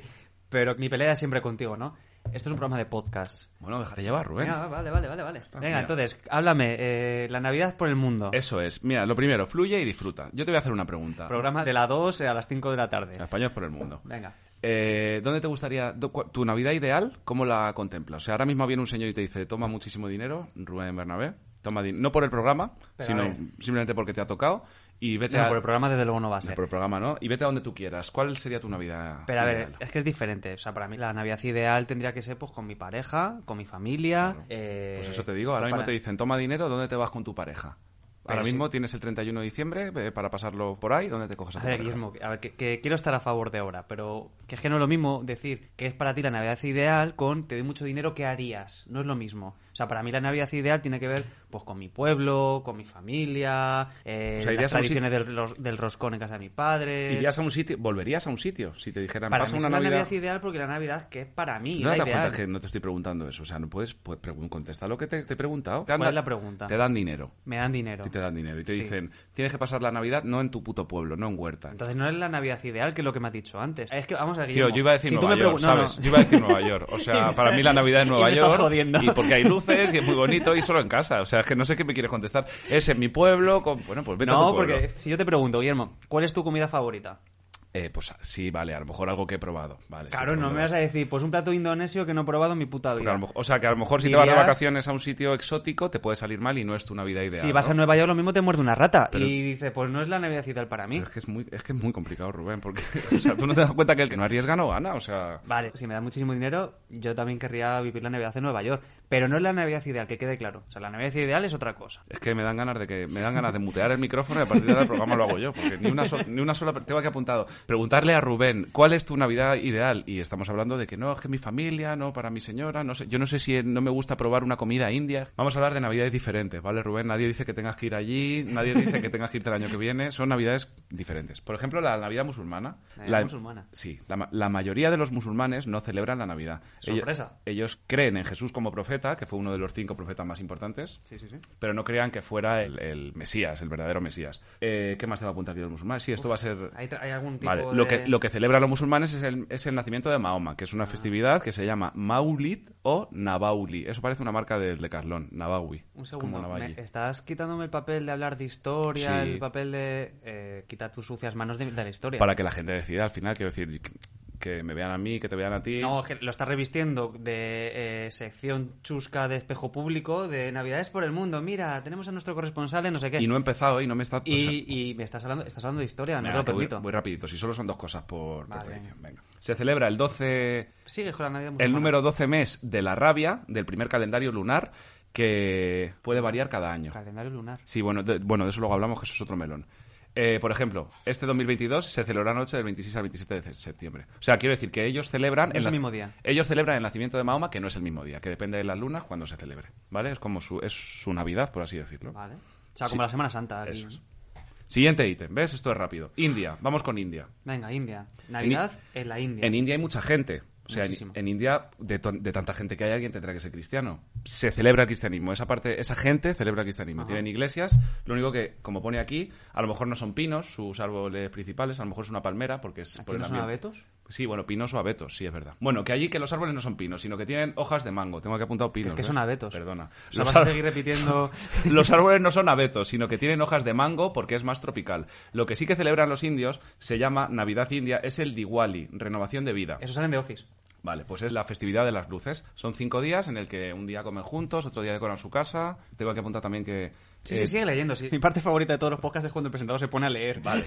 B: Pero mi pelea es siempre contigo, ¿no? Esto es un programa de podcast.
A: Bueno, déjate llevar, Rubén.
B: Venga, vale, vale, vale. vale. Venga,
A: mira.
B: entonces, háblame. eh, la Navidad por el mundo.
A: Eso es. Mira, lo primero, fluye y disfruta. Yo te voy a hacer una pregunta.
B: Programa de las 2 a las 5 de la tarde.
A: Español por el mundo.
B: Venga.
A: Eh, ¿Dónde te gustaría do- cua- tu Navidad ideal? ¿Cómo la contemplas? O sea, ahora mismo viene un señor y te dice, toma muchísimo dinero, Rubén Bernabé, Toma Dean. No por el programa,
B: Pero a
A: sino
B: ver.
A: simplemente porque te ha tocado. Y vete
B: No,
A: a-
B: por el programa desde luego no va a
A: No,
B: ser.
A: por el programa, ¿no? Y vete a donde tú quieras. ¿Cuál sería tu Navidad?
B: Pero a ver, eh,
A: ideal?
B: es que es diferente. O sea, para mí la Navidad ideal tendría que ser pues con mi pareja, con mi familia. eh,
A: Pues eso te digo, ahora
B: pues,
A: mismo
B: para-
A: te dicen, toma dinero, ¿dónde te vas con tu pareja?
B: Pero
A: ahora
B: sí.
A: mismo tienes el 31 de diciembre eh, para pasarlo por ahí, ¿dónde te coges a
B: A
A: tu
B: ver,
A: pareja?
B: Guillermo, a ver, que, que quiero estar a favor de ahora, pero que es que no es lo mismo decir que es para ti la Navidad ideal con te doy mucho dinero, ¿qué harías? No es lo mismo. O sea, para mí la Navidad ideal tiene que ver pues con mi pueblo, con mi familia, eh,
A: O sea,
B: las
A: irías a un
B: tradiciones del, ros- del roscón en casa de mis padres.
A: Irías a un sitio, volverías a un sitio, si te dijeran,
B: eh, para
A: pasa
B: mí
A: una
B: es
A: Navidad...
B: la Navidad ideal porque la Navidad es que es para mí,
A: No te
B: la
A: das cuenta
B: ideal.
A: que no te estoy preguntando eso, o sea, no puedes, pues, pregun- contesta lo que te, te he preguntado.
B: ¿Cuál es la pregunta?
A: Te dan dinero.
B: Me dan dinero.
A: Y te dan dinero y te
B: Sí.
A: dicen, tienes que pasar la Navidad no en tu puto pueblo, no en Huerta.
B: Entonces no es la Navidad ideal que es lo que me has dicho antes. Es que vamos a
A: Tío, yo iba a decir
B: si tú
A: Nueva
B: me
A: York,
B: pregun- no, no.
A: ¿sabes? Yo iba a decir Nueva York. O
B: Y
A: sea,
B: me
A: para
B: está-
A: mí la Navidad es
B: y
A: Nueva
B: me estás
A: York.
B: jodiendo.
A: Y porque hay luces y es muy bonito y solo en casa. O sea, es que no sé qué me quieres contestar. Es en mi pueblo. con- Bueno, pues vete a
B: No,
A: tu pueblo.
B: porque si yo te pregunto, Guillermo, ¿cuál es tu comida favorita?
A: Eh, pues sí, vale, a lo mejor algo que he probado. Vale, sí,
B: Claro,
A: por
B: no
A: dónde
B: me
A: vas.
B: vas a decir, pues un plato indonesio que no he probado en mi puta
A: Porque a
B: vida.
A: lo mejor- O sea, que a lo mejor si te vas de
B: Dirías-
A: vacaciones a un sitio exótico te puede salir mal y no es tu Navidad ideal.
B: Si vas
A: ¿no?
B: a Nueva York, lo mismo te muerde una rata.
A: Pero-
B: Y dice, pues no es la Navidad ideal para mí.
A: Pero es que es muy, es que es muy complicado, Rubén, porque o sea, tú no te das cuenta que el que no arriesga no gana, o sea...
B: Vale, si me da muchísimo dinero, yo también querría vivir la Navidad en Nueva York. Pero no es la Navidad ideal, que quede claro. O sea, la Navidad ideal es otra cosa.
A: Es que me dan ganas de que me dan ganas de mutear el micrófono y a partir de ahora el programa lo hago yo, porque ni una, so- ni una sola tengo aquí apuntado. Preguntarle a Rubén, ¿cuál es tu Navidad ideal? Y estamos hablando de que no, es que mi familia, no, para mi señora, no sé, yo no sé si no me gusta probar una comida india. Vamos a hablar de Navidades diferentes, ¿vale, Rubén? Nadie dice que tengas que ir allí, nadie dice que tengas que irte el año que viene, son Navidades diferentes. Por ejemplo, la Navidad musulmana.
B: Navidad musulmana.
A: Sí, la, ma- la mayoría de los musulmanes no celebran la Navidad. Ellos-
B: Sorpresa.
A: Ellos, creen en Jesús como profeta, que fue uno de los cinco profetas más importantes
B: Sí, sí, sí.
A: pero no crean que fuera el, el Mesías, el verdadero Mesías. Eh, ¿Qué más te va a apuntar aquí los musulmanes? Sí, esto va a ser...
B: ¿Hay, tra- hay algún tipo
A: Vale,
B: de...
A: lo, que, lo que celebran los musulmanes es el, es el nacimiento de Mahoma, que es
B: Ah.
A: una festividad que se llama Maulid o Nabauli. Eso parece una marca del Decathlon, Nabawi.
B: Un segundo,
A: como Navaji.
B: me- estás quitándome el papel de hablar de historia,
A: Sí.
B: el papel de... eh, quitar tus sucias manos de, de la historia.
A: Para que la gente decida al final, quiero decir, que- que me vean a mí, que te vean a ti.
B: No, es que lo está revistiendo de eh, sección chusca de espejo público de Navidades por el mundo. Mira, tenemos a nuestro corresponsal en no sé qué.
A: y no he empezado y no me está... o sea,
B: y, y me estás hablando, estás hablando de historia, no
A: venga,
B: te lo
A: que voy-
B: permito.
A: Voy, rapidito, si solo son dos cosas por, por
B: Vale.
A: tradición, venga. Se celebra el 12...
B: Sigues con la Navidad
A: El
B: musulmana.
A: número 12 mes de la rabia, del primer calendario lunar, que puede variar cada año.
B: Calendario lunar.
A: Sí, bueno, de, bueno, de eso luego hablamos, que eso es otro melón. Eh, por ejemplo, este 2022 se celebrará la noche del 26 al 27 de septiembre. O sea, quiero decir que ellos celebran...
B: No es
A: na-
B: el mismo día.
A: Ellos celebran el nacimiento de Mahoma, que no es el mismo día, que depende de las lunas cuando se celebre. ¿Vale? Es como su, es su Navidad, por así decirlo.
B: Vale. O sea,
A: Sí.
B: como la Semana Santa. aquí.
A: Eso es. Siguiente ítem, ¿ves? Esto es rápido. India, vamos con India.
B: Venga, India. Navidad en, la India.
A: En India hay mucha gente. O sea, en,
B: Muchísimo.
A: en India, de, ton- de tanta gente que hay, alguien tendrá que ser cristiano. Se celebra el cristianismo. Esa parte, esa gente celebra el cristianismo. Tienen iglesias. Lo único que, como pone aquí, a lo mejor no son pinos, sus árboles principales. A lo mejor es una palmera, porque es
B: ¿Aquí
A: por el
B: no son
A: ambiente.
B: abetos?
A: Sí, bueno, pinos o abetos, sí, es verdad. Bueno, que allí que los árboles no son pinos, sino que tienen hojas de mango. Tengo que apuntar pinos.
B: que
A: ¿ves?
B: son abetos.
A: Perdona.
B: O sea,
A: Los
B: vas a
A: ar-
B: seguir repitiendo...
A: los árboles no son abetos, sino que tienen hojas de mango porque es más tropical. Lo que sí que celebran los indios se llama Navidad India, es el Diwali, renovación de vida.
B: Eso salen de Office.
A: Vale, pues es la festividad de las luces. Son cinco días en el que un día comen juntos, otro día decoran su casa. Tengo que apuntar también que...
B: Sí,
A: eh,
B: sí, sigue leyendo. sí. Mi parte favorita de todos los podcasts es cuando el presentador se pone a leer. Vale.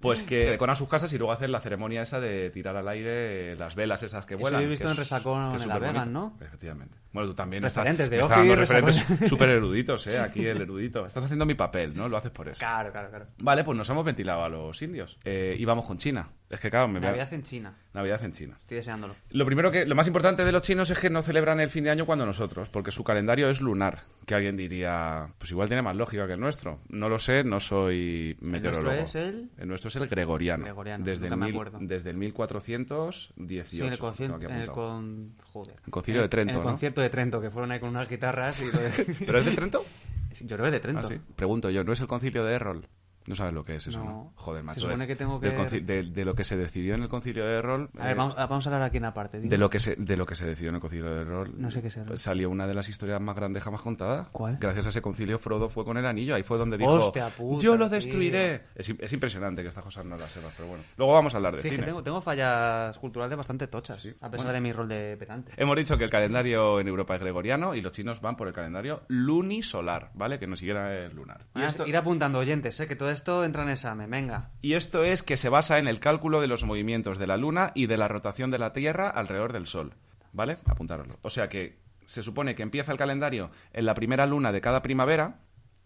A: Pues que decoran sus casas y luego hacen la ceremonia esa de tirar al aire eh, las velas esas que
B: Eso
A: vuelan.
B: lo he visto
A: que
B: en
A: es-
B: Resacón
A: que es
B: en Las
A: superbonito.
B: Vegas, ¿no?
A: Efectivamente. Bueno, tú también estás-
B: Referentes de
A: me
B: Oji,
A: estás dando referentes
B: Resacón.
A: súper eruditos, ¿eh? Aquí el erudito. Estás haciendo mi papel, ¿no? Lo haces por eso.
B: Claro, claro, claro.
A: Vale, pues nos hemos ventilado a los indios. Eh, y vamos con China. Es que, claro, me voy a-
B: Navidad en China.
A: Navidad en China.
B: Estoy deseándolo.
A: Lo primero que, lo más importante de los chinos es que no celebran el fin de año cuando nosotros, porque su calendario es lunar. Que alguien diría, pues igual tiene más lógica que el nuestro. No lo sé, no soy meteorólogo.
B: es el-
A: nuestro es el gregoriano.
B: Gregoriano,
A: desde,
B: nunca
A: el
B: me
A: mil-
B: acuerdo.
A: desde el 1418.
B: Sí, en el, concien-
A: tengo aquí
B: en el
A: apuntado.
B: con- joder.
A: El concilio de
B: En-
A: Trento,
B: En el
A: ¿no?
B: concierto de Trento, que fueron ahí con unas guitarras y...
A: ¿Pero Ah, es de Trento?
B: Yo creo que es de Trento.
A: Ah, sí. Pregunto yo, ¿no es el concilio de Errol? No sabes lo que es eso, ¿no?
B: No.
A: Joder,
B: Se
A: macho.
B: supone
A: del-
B: que tengo
A: del
B: que-
A: conci- De, de lo que se decidió en el concilio de rol.
B: A ver,
A: eh,
B: vamos, ah, vamos a hablar aquí en aparte. dime.
A: De lo, que se, de lo que se decidió en el concilio de rol.
B: No sé qué es el rol.
A: Salió una de las historias más grandes jamás contadas. ¿Cuál? Gracias a ese concilio, Frodo fue con el anillo. Ahí fue donde dijo:
B: Hostia puta,
A: Yo lo
B: tío".
A: destruiré. Es, im- es impresionante que estas cosas no las sepas, pero bueno. Luego vamos a hablar de
B: Sí, es que
A: cine.
B: tengo, tengo fallas culturales bastante tochas, a pesar
A: bueno.
B: de mi rol de petante.
A: Hemos dicho que el calendario en Europa es gregoriano y los chinos van por el calendario lunisolar, ¿vale? Que no siquiera es lunar.
B: Ah, Ir apuntando oyentes, ¿eh? que todo esto entra en examen, venga.
A: Y esto es que se basa en el cálculo de los movimientos de la Luna y de la rotación de la Tierra alrededor del Sol. ¿Vale? Apuntároslo. O sea que se supone que empieza el calendario en la primera luna de cada primavera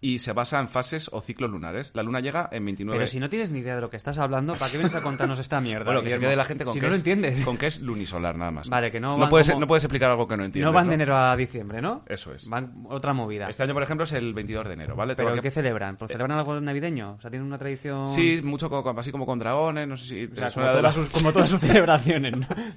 A: y se basa en fases o ciclos lunares. La luna llega en 29...
B: Pero si no tienes ni idea de lo que estás hablando, ¿para qué vienes a contarnos esta mierda?
A: Bueno, que se
B: Guillermo?
A: quede la gente con
B: si
A: que
B: no lo
A: es-
B: entiendes.
A: Con que es lunisolar, nada más.
B: Vale, que no
A: No
B: van
A: puedes,
B: como-
A: no puedes explicar algo que no entiendes.
B: no van de enero a diciembre, ¿no?
A: Eso es.
B: Van otra movida.
A: Este año, por ejemplo, es el 22 de enero, ¿vale?
B: ¿Pero
A: Tengo que-
B: qué celebran? ¿Pues celebran algo navideño? O sea, tienen una tradición...
A: eh, Sí, mucho co- así como con dragones, no sé si... te
B: O sea, como,
A: suena de
B: todas
A: la-
B: sus, como todas sus celebraciones,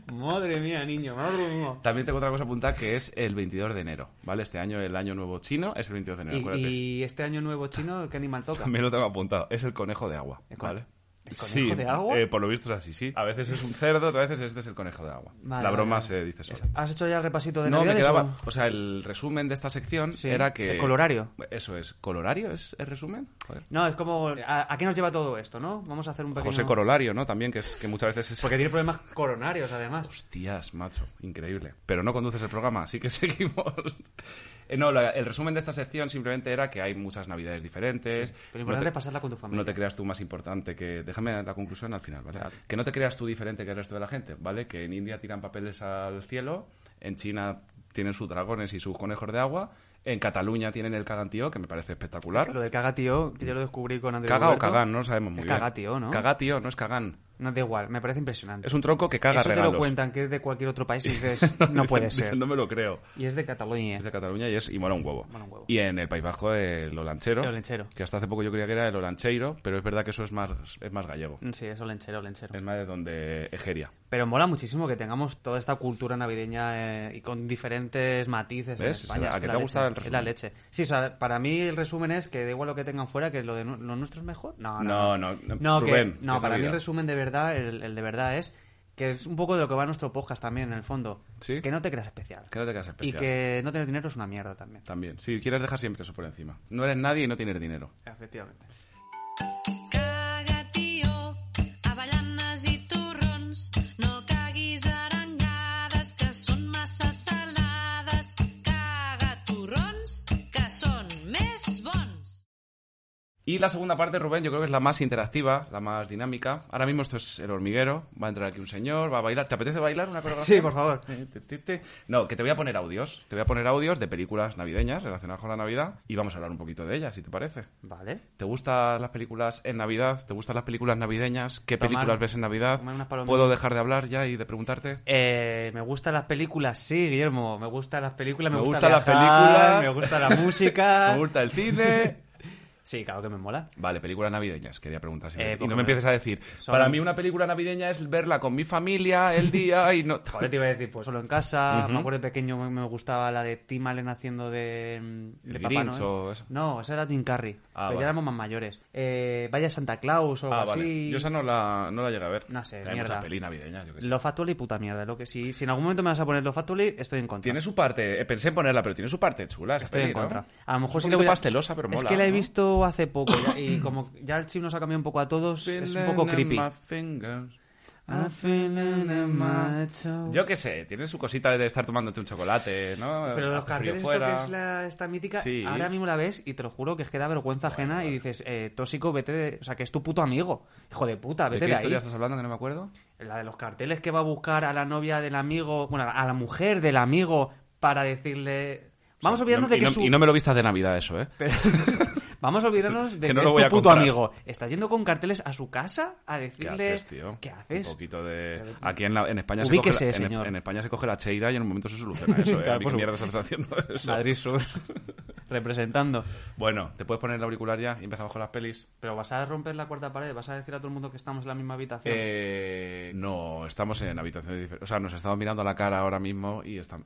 B: ¿no? Madre mía, niño, madre mía.
A: También tengo otra cosa apuntada que es el 22 de enero, ¿vale? Este año, el año nuevo chino, es el 22 de enero,
B: Y,
A: acuérdate.
B: y este año nuevo chino, ¿qué animal toca?
A: También lo tengo apuntado, es el conejo de agua, ¿vale? ¿El
B: conejo de agua?
A: por lo visto es así, sí. A veces es un cerdo, otras veces este es el conejo de agua.
B: Vale,
A: La
B: vale,
A: broma
B: vale.
A: se dice sola.
B: ¿Has hecho ya el repasito de
A: No, me
B: Navidades
A: quedaba...
B: o-
A: O sea, el resumen de esta sección
B: Sí,
A: era que...
B: el colorario.
A: Eso es. ¿Colorario es el resumen? Joder.
B: No, es como... ¿a, a qué nos lleva todo esto, no? Vamos a hacer un pequeño...
A: José Corolario, ¿no? También, que, es, que muchas veces es...
B: Porque tiene problemas coronarios, además.
A: Tías, macho, increíble. Pero no conduces el programa, así que seguimos. Eh, no, la- el resumen de esta sección simplemente era que hay muchas navidades diferentes.
B: Sí, pero lo importante
A: No
B: es pasarla con tu familia.
A: No te creas tú más importante que... Déjame la conclusión al final, ¿vale? Que no te creas tú diferente que el resto de la gente, ¿vale? Que en India tiran papeles al cielo, en China tienen sus dragones y sus conejos de agua, en Cataluña tienen el cagantío, que me parece espectacular.
B: Lo del cagatío, que yo lo descubrí con Andrés
A: Caga o cagán, no lo sabemos muy
B: es
A: bien.
B: cagatío, ¿no?
A: Cagatío, no es cagán.
B: No, da igual, me parece impresionante.
A: Es un tronco que caga
B: Eso te
A: regalos.
B: lo cuentan, que es de cualquier otro país y dices, no puede
A: Dicen-
B: ser.
A: dicen, No me lo creo.
B: Y es de Cataluña.
A: Es de Cataluña y es y mola un huevo.
B: Mola un huevo.
A: Y en el País Vasco el olanchero.
B: El olanchero.
A: Que hasta hace poco yo creía que era el olancheiro, pero es verdad que eso es más es más gallego.
B: Sí, es olenchero, olenchero.
A: Es más de donde Egeria.
B: Pero mola muchísimo que tengamos toda esta cultura navideña eh, y con diferentes matices en
A: ¿Ves? ¿A
B: España. Es
A: que
B: la
A: te ha
B: leche,
A: gustado el
B: Es la
A: resumen?
B: leche. Sí, o sea, para mí el resumen es que da igual lo que tengan fuera, que lo, de nu- lo nuestro es mejor. No, Ah, no.
A: No, no, no,
B: No, que-
A: Rubén,
B: no,
A: es
B: para mí el
A: Navidad.
B: resumen de verdad, el, el de verdad es que es un poco de lo que va nuestro podcast también, en el fondo.
A: ¿Sí?
B: Que no te creas especial.
A: Que no te creas especial.
B: Y que no tener dinero es una mierda también.
A: También. Sí, quieres dejar siempre eso por encima. No eres nadie y no tienes dinero.
B: Efectivamente.
K: Cagatío, avalanes i torrons. No caguis arengades, que són massa salades. Caga torrons, que són més bons.
A: Y la segunda parte, Rubén, yo creo que es la más interactiva, la más dinámica. Ahora mismo esto es el hormiguero. Va a entrar aquí un señor, va a bailar. ¿Te apetece bailar una coreografía?
B: Sí, por favor.
A: No, que te voy a poner audios. Te voy a poner audios de películas navideñas relacionadas con la Navidad y vamos a hablar un poquito de ellas, si te parece.
B: Vale.
A: ¿Te gustan las películas en Navidad? ¿Te gustan las películas navideñas? ¿Qué
B: Tomar-
A: películas ves en Navidad?
B: tomar unas palomitas.
A: ¿Puedo dejar de hablar ya y de preguntarte?
B: Eh, me gustan las películas, sí, Guillermo. Me gustan las películas, me,
A: Me
B: gusta,
A: gustan las
B: viajar,
A: películas.
B: me gusta la música.
A: Me gusta el cine.
B: sí, claro que me mola.
A: Vale, películas navideñas, quería preguntar. y
B: Eh,
A: no
B: cógeme.
A: me empieces a decir,
B: Son-
A: para mí una película navideña es verla con mi familia el día y no...
B: Joder, te iba a decir, pues solo en casa.
A: Ujú.
B: Me acuerdo de pequeño me, me gustaba la de Tim Allen haciendo de, mm, de
A: El
B: Papá
A: Grinch
B: Noel.
A: o eso.
B: No, esa era Tim Curry.
A: Ah,
B: pero
A: vale.
B: ya éramos más mayores. Eh, Vaya Santa Claus o algo
A: Ah,
B: así.
A: vale. Yo esa no la, no la llegué a ver.
B: No sé,
A: Hay
B: mierda.
A: muchas pelis navideñas, yo qué sé.
B: Lo Actual y puta mierda. Lo que, si, si en algún momento me vas a poner Lo Actual, estoy en contra.
A: Tiene su parte... eh, pensé en ponerla, pero tiene su parte chula esa
B: Estoy
A: peli,
B: en
A: ¿no?
B: contra. A lo mejor
A: un
B: sí que
A: poquito
B: voy a-
A: pastelosa, pero mola.
B: Es que la he
A: ¿no?
B: visto hace poco ya, y como ya el chip nos ha cambiado un poco a todos, es un poco creepy.
A: Yo qué sé, tiene su cosita de estar tomándote un chocolate, ¿no?
B: Pero
A: Hace
B: los
A: frío
B: carteles, esto
A: fuera.
B: que es la, esta mítica,
A: Sí.
B: ahora mismo la ves y te lo juro que es que da vergüenza ajena y dices, eh, tóxico, vete de... O sea, que es tu puto amigo. Hijo de puta,
A: ¿De
B: vete
A: qué
B: de,
A: historia
B: ahí.
A: estás hablando que no me acuerdo?
B: La de los carteles que va a buscar a la novia del amigo, bueno, a la mujer del amigo para decirle... Vamos a olvidarnos
A: No,
B: de
A: y
B: que
A: no,
B: su...
A: y no me lo vistas de Navidad eso, ¿eh?
B: Vamos a olvidarnos de que,
A: Que no
B: es
A: lo
B: tu
A: voy a
B: puto
A: comprar.
B: amigo. ¿Estás yendo con carteles a su casa a
A: ¿Qué
B: decirle
A: haces, tío?
B: ¿Qué haces?
A: Un poquito de... Aquí en, la- en España se
B: Ubíquese,
A: coge la, en-
B: señor.
A: En, España se coge la cheira y en un momento se soluciona eso, ¿eh?
B: Claro,
A: A mí
B: por
A: qué
B: su-
A: mierda estás haciendo eso.
B: Madrid Sur representando.
A: Bueno, ¿te puedes poner el auricular ya y empezamos con las pelis?
B: Pero vas a romper la cuarta pared, vas a decir a todo el mundo que estamos en la misma habitación.
A: Eh, no, estamos en habitaciones diferentes. O sea, nos estamos mirando a la cara ahora mismo y están...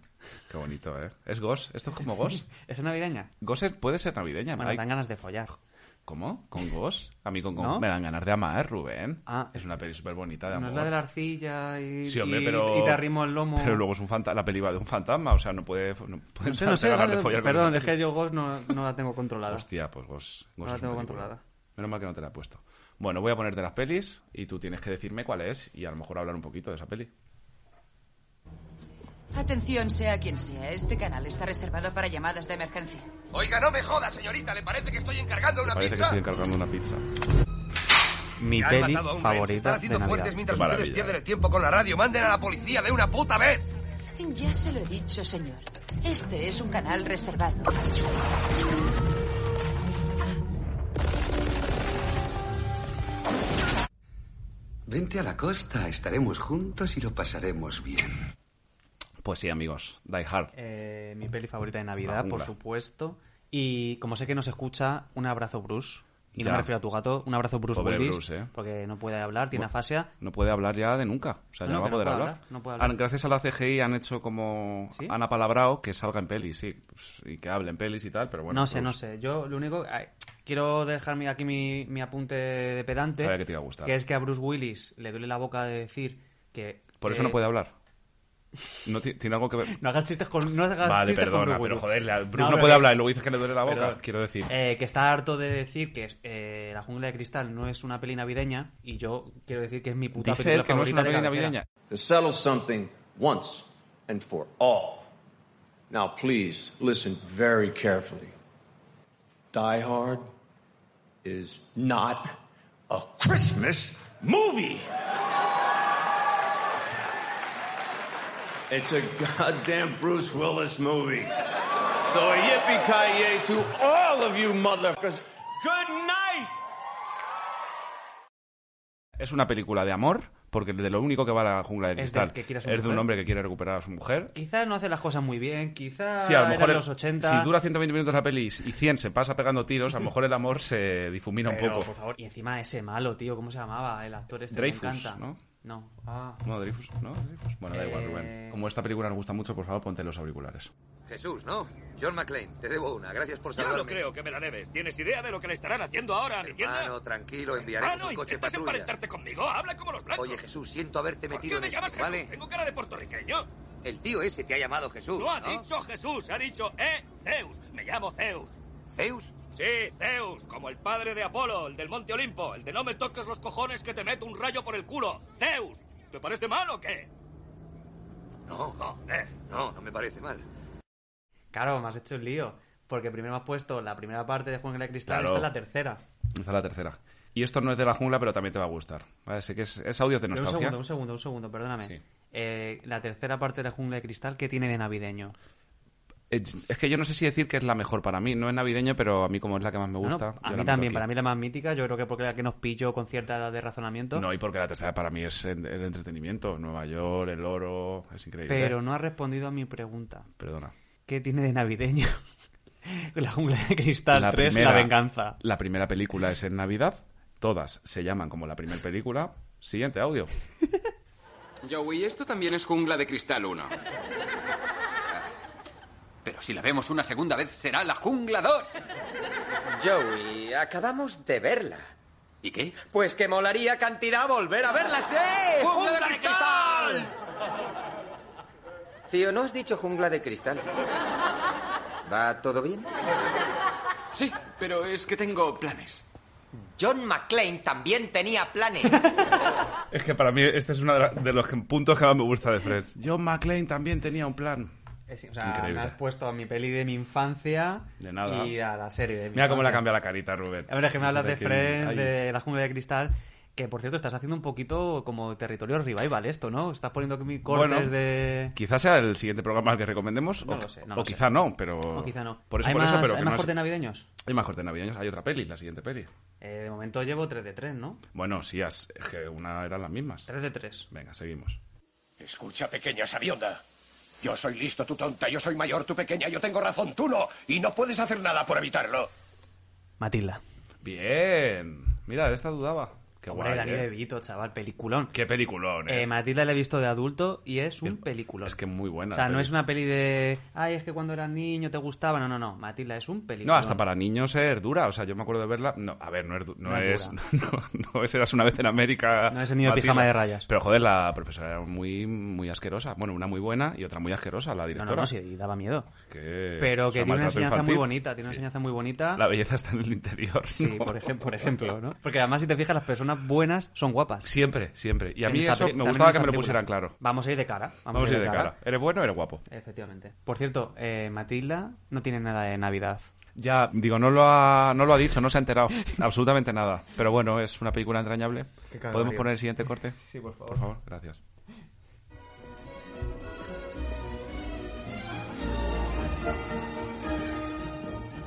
A: Qué bonito, ¿eh? ¿Es Ghost? ¿Esto es como Ghost?
B: ¿Es navideña?
A: Ghost es- puede ser navideña,
B: Bueno,
A: Mike.
B: dan ganas de follar.
A: ¿Cómo? ¿Con Ghost? A mí con Ghost
B: ¿No?
A: me dan ganas de amar, Rubén.
B: Ah.
A: Es una peli súper bonita de amor.
B: No es la de la arcilla y,
A: Sí, hombre,
B: y-
A: pero...
B: y te arrimo el lomo.
A: Pero luego es un fanta- la peli va de un fantasma, o sea, no puede... No, puede
B: no sé, no sé.
A: acabar de
B: vale,
A: follar con el
B: perdón, es
A: fantasma.
B: que yo Ghost no, no la tengo controlada.
A: Hostia, pues Ghost.
B: No
A: Ghost
B: la
A: es
B: tengo
A: un película.
B: controlada.
A: Menos mal que no te la he puesto. Bueno, voy a ponerte las pelis y tú tienes que decirme cuál es y a lo mejor hablar un poquito de esa peli.
M: Atención, sea quien sea, este canal está reservado para llamadas de emergencia.
N: Oiga, no me joda, señorita. ¿Le parece que estoy encargando una
A: Parece que
N: pizza?
A: estoy encargando una pizza.
B: Mi
N: Han
B: peli
N: matado a un rehén, se
B: favorita
N: están
B: de
N: haciendo fuertes
B: Navidad.
N: mientras
A: Qué
N: ustedes
A: maravilla.
N: pierden el tiempo con la radio. Manden a la policía de una puta vez.
M: Ya se lo he dicho, señor. Este es un canal reservado.
O: Vente a la costa, estaremos juntos y lo pasaremos bien.
A: Pues sí, amigos. Die Hard.
B: Eh, mi peli favorita de
A: La
B: Navidad,
A: jungla.
B: por supuesto. Y como sé que nos escucha, un abrazo, Bruce. Y no
A: Ya.
B: me refiero a tu gato, un abrazo, Bruce
A: Pobre
B: Willis,
A: Bruce, ¿eh?
B: Porque no puede hablar, tiene
A: Bu-
B: afasia.
A: No puede hablar ya de nunca. O sea, ya
B: No, no,
A: no va a
B: que no
A: poder
B: puede
A: hablar.
B: hablar, no puede hablar.
A: Han- Gracias a la CGI han hecho como... Han apalabrado que salga en pelis, sí. pues, y que hable en pelis y tal, pero bueno.
B: no sé,
A: pues,
B: no sé. Yo lo único. ay, quiero dejarme aquí mi, mi apunte de pedante.
A: Sabía que te iba a gustar.
B: que es que a Bruce Willis le duele la boca de decir que.
A: Por eso
B: eh,
A: no puede hablar. No ti- tiene algo que ver...
B: No hagas chistes con. No hagas
A: Vale,
B: chistes con
A: perdona,
B: Bruce
A: pero
B: Willis.
A: joder, la- Bruce no
B: pero
A: puede
B: que-
A: hablar y luego dices que le duele la boca,
B: perdón.
A: quiero decir.
B: Eh, que está harto de decir que eh, La Jungla de Cristal no es una peli navideña y yo quiero decir que es mi puta
A: Dice
B: película
A: él que no es
B: favorita
A: una
B: de
A: peli
B: cabecera.
A: navideña.
P: To settle something once and for all. Now, please listen very carefully. Die Hard is not a Christmas movie. It's a goddamn Bruce Willis movie. So a yippee-ki-yay to all of you motherfuckers. Good night!
A: Es una película de amor, porque de lo único que va la jungla de
B: Es del
A: cristal
B: que quiere a su
A: es de un
B: mujer.
A: hombre que quiere recuperar a su mujer.
B: Quizás no hace las cosas muy bien, quizás
A: Sí, a lo mejor el-
B: Ah, los 80.
A: si dura 120 minutos la peli y 100 se pasa pegando tiros, a lo mejor el amor se difumina un
B: pero,
A: poco.
B: por favor, y encima ese malo, tío, ¿cómo se llamaba? El actor este que me
A: Dreyfus,
B: encanta.
A: ¿no?
B: No. Ah.
A: No, Dreyfus, ¿no? Dreyfus. Bueno, da igual,
B: Eh,
A: Rubén. Como esta película nos gusta mucho, por favor, ponte los auriculares.
O: Jesús, ¿no? John McClane, te debo una. Gracias por
N: Yo
O: salvarme.
N: no creo que me la debes. ¿Tienes idea de lo que le estarán haciendo ahora a mi tienda?
O: Hermano,
N: Ah,
O: tranquilo, enviaremos
N: Hermano,
O: un coche
N: ¿intentas
O: patrulla.
N: emparentarte conmigo? Habla como los blancos.
O: Oye, Jesús, siento haberte
N: ¿Por
O: metido
N: qué me
O: en
N: llamas
O: esto,
N: Jesús?
O: ¿vale?
N: ¿Tengo cara de puertorriqueño?
O: El tío ese te ha llamado Jesús,
N: no ha
O: ¿no?
N: dicho Jesús, ha dicho, eh, Zeus. Me llamo Zeus.
O: ¿Zeus?
N: Sí, Zeus, como el padre de Apolo, el del Monte Olimpo, el de no me toques los cojones que te meto un rayo por el culo. Zeus, ¿te parece mal o qué?
O: No,
N: joder.
O: No, no me parece mal.
B: Claro, me has hecho el lío. Porque primero me has puesto la primera parte de Juan de Cristal,
A: Claro.
B: esta es la tercera.
A: Esta es la tercera. Y esto no es de la jungla, pero también te va a gustar. ¿vale? Sé que es, es audio de
B: Pero un
A: nostalgia.
B: segundo, un segundo, un segundo, perdóname.
A: Sí.
B: Eh, la tercera parte de la jungla de cristal, ¿qué tiene de navideño?
A: Eh, Es que yo no sé si decir que es la mejor para mí. No es navideño, pero a mí como es la que más me
B: No, no,
A: gusta. yo
B: a
A: la
B: mí
A: meto
B: también,
A: aquí.
B: para mí la más mítica, yo creo que porque la que nos pilló con cierta edad de razonamiento.
A: No, y porque la tercera para mí es en- el entretenimiento. Nueva York, el oro, es increíble. ¿eh?
B: pero no has respondido a mi pregunta.
A: Perdona.
B: ¿Qué tiene de navideño? la jungla de cristal
A: La
B: 3,
A: primera-
B: la venganza.
A: La primera película es en Navidad. Todas se llaman como la primera película. Siguiente audio.
Q: Joey, esto también es Jungla de Cristal 1. Pero si la vemos una segunda vez, será la Jungla 2.
R: Joey, acabamos de verla.
Q: ¿Y qué?
R: Pues que molaría cantidad volver a verla, ¡sí!
Q: ¡Jungla de
R: Tío, ¿no has dicho jungla de cristal? ¿Va todo bien?
Q: Sí, pero es que tengo planes.
R: John McClane también tenía planes.
A: Es que para mí este es uno de, la- de los que- puntos que más me gusta de Fred. John McClane también tenía un plan.
B: Eh, sí, o sea,
A: Increíble.
B: me has puesto a mi peli de mi infancia
A: De nada.
B: y a la serie. de mi
A: Mira cómo le
B: infancia.
A: ha cambiado la carita, Rubén.
B: A ver, es que me hablas de
A: Parece
B: Fred,
A: ay.
B: de la jungla de cristal. Que por cierto, estás haciendo un poquito como territorio revival esto, ¿no? Estás poniendo aquí cortes
A: Bueno,
B: de.
A: Quizás sea el siguiente programa al que recomendemos.
B: No
A: o,
B: lo sé, no
A: o
B: lo sé.
A: quizá no, pero.
B: O quizá no.
A: Por eso,
B: ¿Hay
A: por eso,
B: más-
A: pero.
B: hay
A: que
B: más
A: no es-
B: cortes navideños?
A: Hay más cortes navideños. Hay otra peli, la siguiente peli.
B: Eh, de momento llevo 3 de 3, ¿no?
A: Bueno, sí, as- es que una eran las mismas.
B: 3 de 3.
A: Venga, seguimos.
N: Escucha, pequeña sabionda. Yo soy listo, tú tonta. Yo soy mayor, tú pequeña. Yo tengo razón, tú no. Y no puedes hacer nada por evitarlo.
B: Matilda.
A: Bien. Mira, de esta dudaba. Qué
B: Hombre,
A: guay,
B: Dani
A: ¿eh?
B: De Vito, chaval, peliculón.
A: Qué peliculón, eh.
B: Eh, Matilda la he visto de adulto y es un peliculón.
A: Es que es muy buena.
B: o sea,
A: la
B: no
A: peli.
B: es una peli de. Ay, es que cuando eras niño te gustaba. No, no, no. Matilda es un
A: No,
B: peliculón.
A: hasta para niños es dura. O sea, yo me acuerdo de verla. No, a ver, no es. du- No,
B: No es
A: es, no, no es Eras una vez en América.
B: No es el niño de pijama de rayas.
A: Pero joder, la profesora era muy, muy asquerosa. Bueno, una muy buena y otra muy asquerosa, la
B: No,
A: directora.
B: no, no, sí, daba miedo.
A: Que-
B: Pero
A: o sea,
B: que tiene
A: maltrato
B: una enseñanza muy
A: infantil.
B: bonita, tiene una enseñanza muy bonita.
A: La belleza está en el interior.
B: Sí,
A: ¿no?
B: por, ejem- por ejemplo, ¿no? Porque además, si te fijas, las personas buenas son guapas.
A: Siempre, siempre. Y a
B: En
A: mí
B: esta
A: eso
B: pe-
A: me
B: también
A: gustaba
B: en
A: que
B: esta
A: me lo
B: película.
A: pusieran claro.
B: Vamos a ir de cara. Vamos,
A: Vamos a ir de cara. ¿Eres bueno o eres guapo?
B: Efectivamente. Por cierto, eh, Matilda no tiene nada de Navidad.
A: Ya, digo, no lo, ha, no lo ha dicho, no se ha enterado absolutamente nada. Pero bueno, es una película entrañable.
B: Qué calvario.
A: ¿Podemos poner el siguiente corte?
B: Sí, por favor.
A: Por favor, gracias.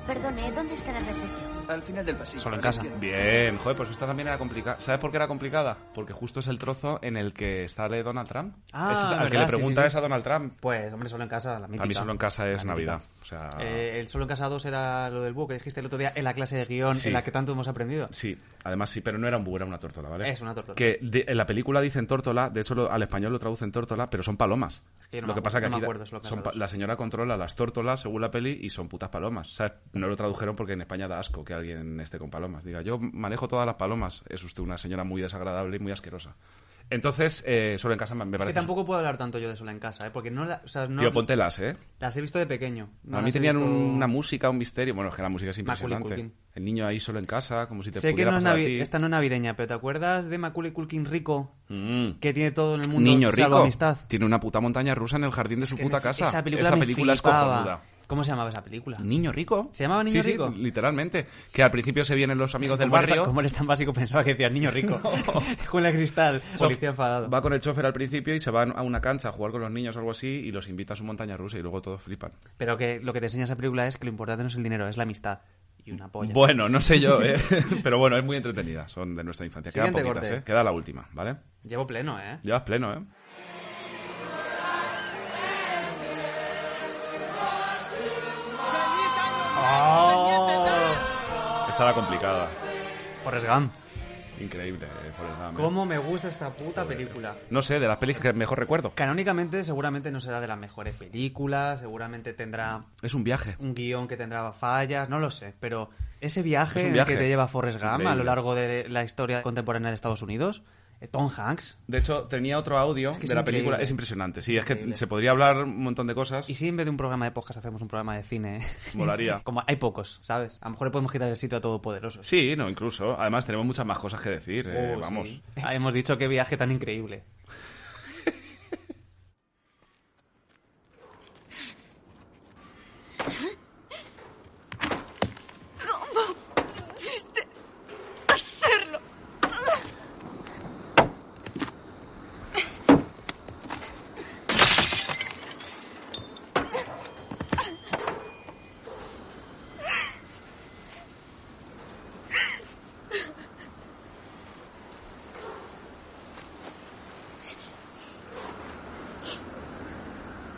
S: Perdone, ¿dónde está la recepción?
T: Al final del pasillo.
A: Solo en casa. Bien, joder, pues esta también era complicada. ¿Sabes por qué era complicada? Porque justo es el trozo en el que sale Donald Trump. Ese es al que le pregunta es a Donald Trump.
B: Pues, hombre, solo en casa, la mítica.
A: Para mí solo en casa es
B: La mítica.
A: Navidad. O sea,
B: Eh, el solo en casa 2 era lo del búho que dijiste el otro día en la clase de guión
A: Sí.
B: en la que tanto hemos aprendido.
A: Sí, además sí, pero no era un búho, era una tórtola, ¿vale?
B: Es una tórtola.
A: Que de- en la película dicen tórtola, de hecho lo- al español lo traducen tórtola, pero son palomas.
B: que yo no
A: lo
B: me
A: que pasa
B: acuerdo,
A: que
B: no
A: aquí
B: me
A: da-
B: acuerdo, solo
A: son
B: Casa
A: pa- la señora controla las tórtolas según la peli y son putas palomas. O sea, no lo tradujeron porque en España da asco que alguien esté con palomas. Diga, yo manejo todas las palomas. Es usted una señora muy desagradable y muy asquerosa. Entonces, eh, solo en casa me- me
B: Es que
A: parece...
B: tampoco puedo hablar tanto yo de sola en casa, ¿eh? Porque no, la- o sea, no
A: Tío, póntelas, ¿eh?
B: Las he visto de pequeño. No
A: a mí
B: las he
A: tenían
B: visto-
A: una música, un misterio. Bueno, es que la música es
B: Macaulay
A: impresionante.
B: Culkin.
A: El niño ahí solo en casa, como si te
B: Sé que
A: pudiera
B: no es
A: pasar a
B: navi-
A: ti.
B: esta no es navideña, pero ¿te acuerdas de Macaulay Culkin rico?
A: Mm.
B: Que tiene todo en el
A: Un
B: mundo
A: niño
B: salvo
A: rico
B: amistad.
A: tiene una puta montaña rusa en el jardín de su puta casa.
B: Esa película,
A: esa
B: me
A: película es
B: flipaba.
A: cojonuda.
B: ¿Cómo se llamaba esa película?
A: Niño rico.
B: ¿Se llamaba
A: Sí,
B: Niño
A: sí,
B: rico?
A: literalmente. Que al principio se vienen los amigos del
B: ¿Cómo eres
A: barrio.
B: tan- cómo eres tan básico? Pensaba que decías niño rico. Julia Cristal, policía enfadado.
A: Va con el chofer al principio y se van a una cancha a jugar con los niños o algo así y los invita a su montaña rusa y luego todos flipan.
B: Pero que lo que te enseña esa película es que lo importante no es el dinero, es la amistad. Y una polla.
A: Bueno, no sé yo, ¿eh? Pero bueno, es muy entretenida. Son de nuestra infancia. Quedan
B: Siguiente
A: poquitas,
B: corte.
A: ¿eh? Queda la última, ¿vale?
B: Llevo pleno, ¿eh?
A: Llevas pleno, ¿eh? Ah. Esta era complicada.
B: Forrest Gump.
A: Increíble, eh, Forrest Gump. ¿eh?
B: ¿Cómo me gusta esta puta película?
A: No sé, de las pelis que mejor recuerdo.
B: Canónicamente, seguramente no será de las mejores películas, seguramente tendrá
A: Es un viaje.
B: un guión que tendrá fallas, no lo sé, pero ese viaje,
A: Es un
B: en el que
A: viaje.
B: te lleva Forrest Gump a
A: Increíble.
B: lo largo de la historia contemporánea de Estados Unidos, eh, Tom Hanks.
A: De hecho, tenía otro audio
B: que es
A: de la
B: increíble.
A: película. Es impresionante. Sí,
B: Es
A: es, que
B: increíble.
A: se podría hablar un montón de cosas.
B: Y si en vez de un programa de podcast hacemos un programa de cine.
A: Molaría.
B: Como hay pocos, ¿sabes? A lo mejor le podemos quitar el sitio a Todopoderoso.
A: Sí, no, incluso. Además, tenemos muchas más cosas que decir. eh,
B: Oh,
A: vamos.
B: sí. Ah, Hemos dicho qué viaje tan increíble.
E: ¿Cómo pudiste hacerlo?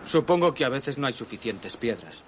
T: Supongo que a veces no hay suficientes piedras.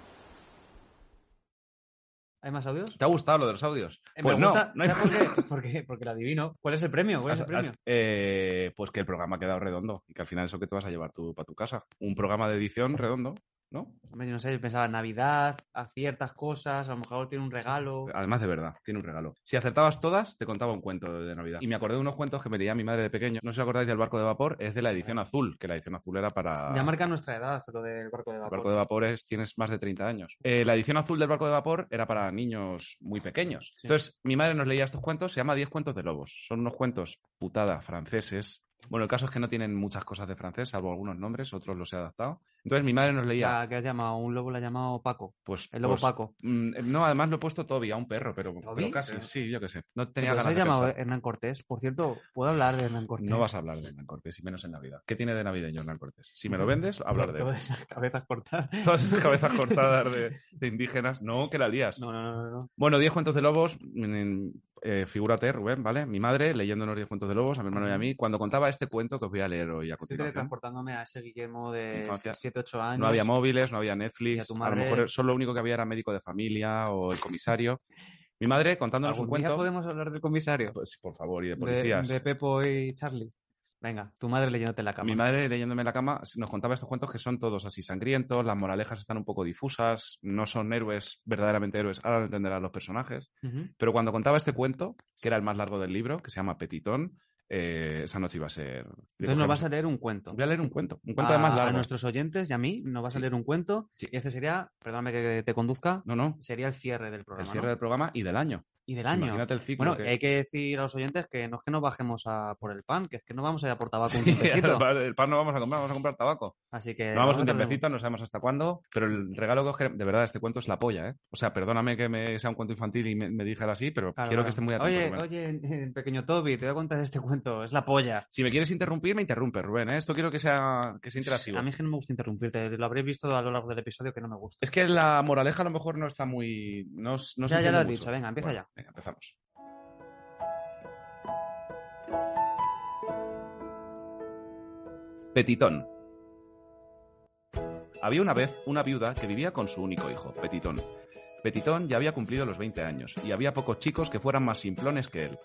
B: ¿Hay más audios?
A: ¿Te ha gustado lo de los audios?
B: Eh,
A: pues
B: me
A: no.
B: gusta.
A: no hay-
B: ¿Sabes por qué? Porque, porque lo adivino. ¿Cuál es el premio? ¿Cuál es el
A: Has-
B: premio?
A: has- eh, pues que el programa ha quedado redondo y que al final eso que te vas a llevar tú para tu casa. Un programa de edición redondo, ¿no?
B: Hombre, yo no sé, yo pensaba Navidad, a ciertas cosas, a lo mejor tiene un regalo.
A: Además, de verdad, tiene un regalo. Si acertabas todas, te contaba un cuento de Navidad. Y me acordé de unos cuentos que me leía mi madre de pequeño. No sé si os acordáis del barco de vapor, es de la edición azul, que la edición azul era para.
B: Ya marca nuestra edad lo del barco de
A: Ah. El
B: vapor.
A: barco de vapores tienes más de 30 años. Eh, la edición azul del barco de vapor era para niños muy pequeños. Entonces, mi madre nos leía estos cuentos, se llama 10 cuentos de lobos. Son unos cuentos putada franceses. Bueno, el caso es que no tienen muchas cosas de francés, salvo algunos nombres, otros los he adaptado. Entonces, mi madre nos leía.
B: La que has llamado, un lobo la ha llamado Paco.
A: Pues,
B: El lobo
A: pues,
B: Paco.
A: mm, no, además lo he puesto Toby, a un perro, pero, pero
B: ¿Toby?
A: casi. Sí, yo qué sé. No tenía ganas
B: Entonces, he
A: de
B: llamado ¿eh?
A: pensar.
B: Hernán Cortés. Por cierto, ¿puedo hablar de Hernán Cortés?
A: No vas a hablar de Hernán Cortés, y menos en Navidad. ¿Qué tiene de navideño Hernán Cortés? Si me lo vendes, hablar de él.
B: Todas esas cabezas cortadas.
A: Todas esas cabezas cortadas de, de indígenas. No, que la lías.
B: No, no, no, no.
A: Bueno, 10 cuentos de lobos, mm, eh, figúrate, Rubén, ¿vale? Mi madre leyéndonos 10 cuentos de lobos, a mi hermano y a mí, cuando contaba este cuento que os voy a leer hoy a
B: Estoy
A: continuación.
B: transportándome a ese Guillermo de
A: Infancia.
B: 7, 8 años.
A: No había móviles, no había
B: Y a
A: Netflix,
B: tu
A: a lo
B: madre-
A: mejor solo lo único que había era médico de familia o el comisario. Mi madre, contándonos un
B: ¿Algún día
A: cuento.
B: podemos hablar del comisario?
A: Pues, por favor, y de
B: de,
A: policías.
B: de Pepo y Charlie. Venga, tu madre leyéndote en la cama.
A: Mi madre leyéndome en la cama nos contaba estos cuentos que son todos así sangrientos, las moralejas están un poco difusas, no son héroes, verdaderamente héroes, ahora lo entenderán los personajes.
B: Ujú.
A: Pero cuando contaba este cuento, que era el más largo del libro, que se llama Petitón, eh, esa noche iba a ser...
B: Entonces nos vas a leer un cuento.
A: Voy a leer un cuento, un cuento
B: a,
A: además
B: a
A: largo.
B: nuestros oyentes y a mí nos vas a leer un cuento. Y este sería, perdóname que te conduzca.
A: No, no.
B: Sería el cierre del programa.
A: El cierre
B: ¿no?
A: del programa y del año.
B: Y del año.
A: Imagínate el ciclo.
B: Bueno, eh,
A: que-
B: hay que decir a los oyentes que no es que nos bajemos a por el pan, que es que no vamos a ir a por tabaco un
A: el,
B: tiempecito.
A: pan, el pan no vamos a comprar, vamos a comprar tabaco.
B: Así que.
A: No vamos un
B: a tardar-
A: tiempecito, no sabemos hasta cuándo, pero el regalo que os queremos, de verdad, este cuento es la polla, ¿eh? O sea, perdóname que me sea un cuento infantil y me, me dijera así, pero
B: Claro,
A: quiero
B: claro.
A: que esté muy atento.
B: Oye,
A: Rubén.
B: oye, pequeño Toby, te voy a contar este cuento. Es la polla.
A: Si me quieres interrumpir, me interrumpe, Rubén, ¿eh? Esto quiero que sea, que sea interactivo.
B: A mí es que no me gusta interrumpirte. Lo habréis visto a lo largo del episodio que no me gusta.
A: Es que la moraleja a lo mejor no está muy... No, s- no se
B: Ya, ya
A: entiende
B: lo has
A: mucho.
B: dicho. Venga, empieza
A: Bueno,
B: ya.
A: Venga, empezamos. Petitón. Había una vez una viuda que vivía con su único hijo, Petitón. Petitón ya había cumplido los 20 años y había pocos chicos que fueran más simplones que él.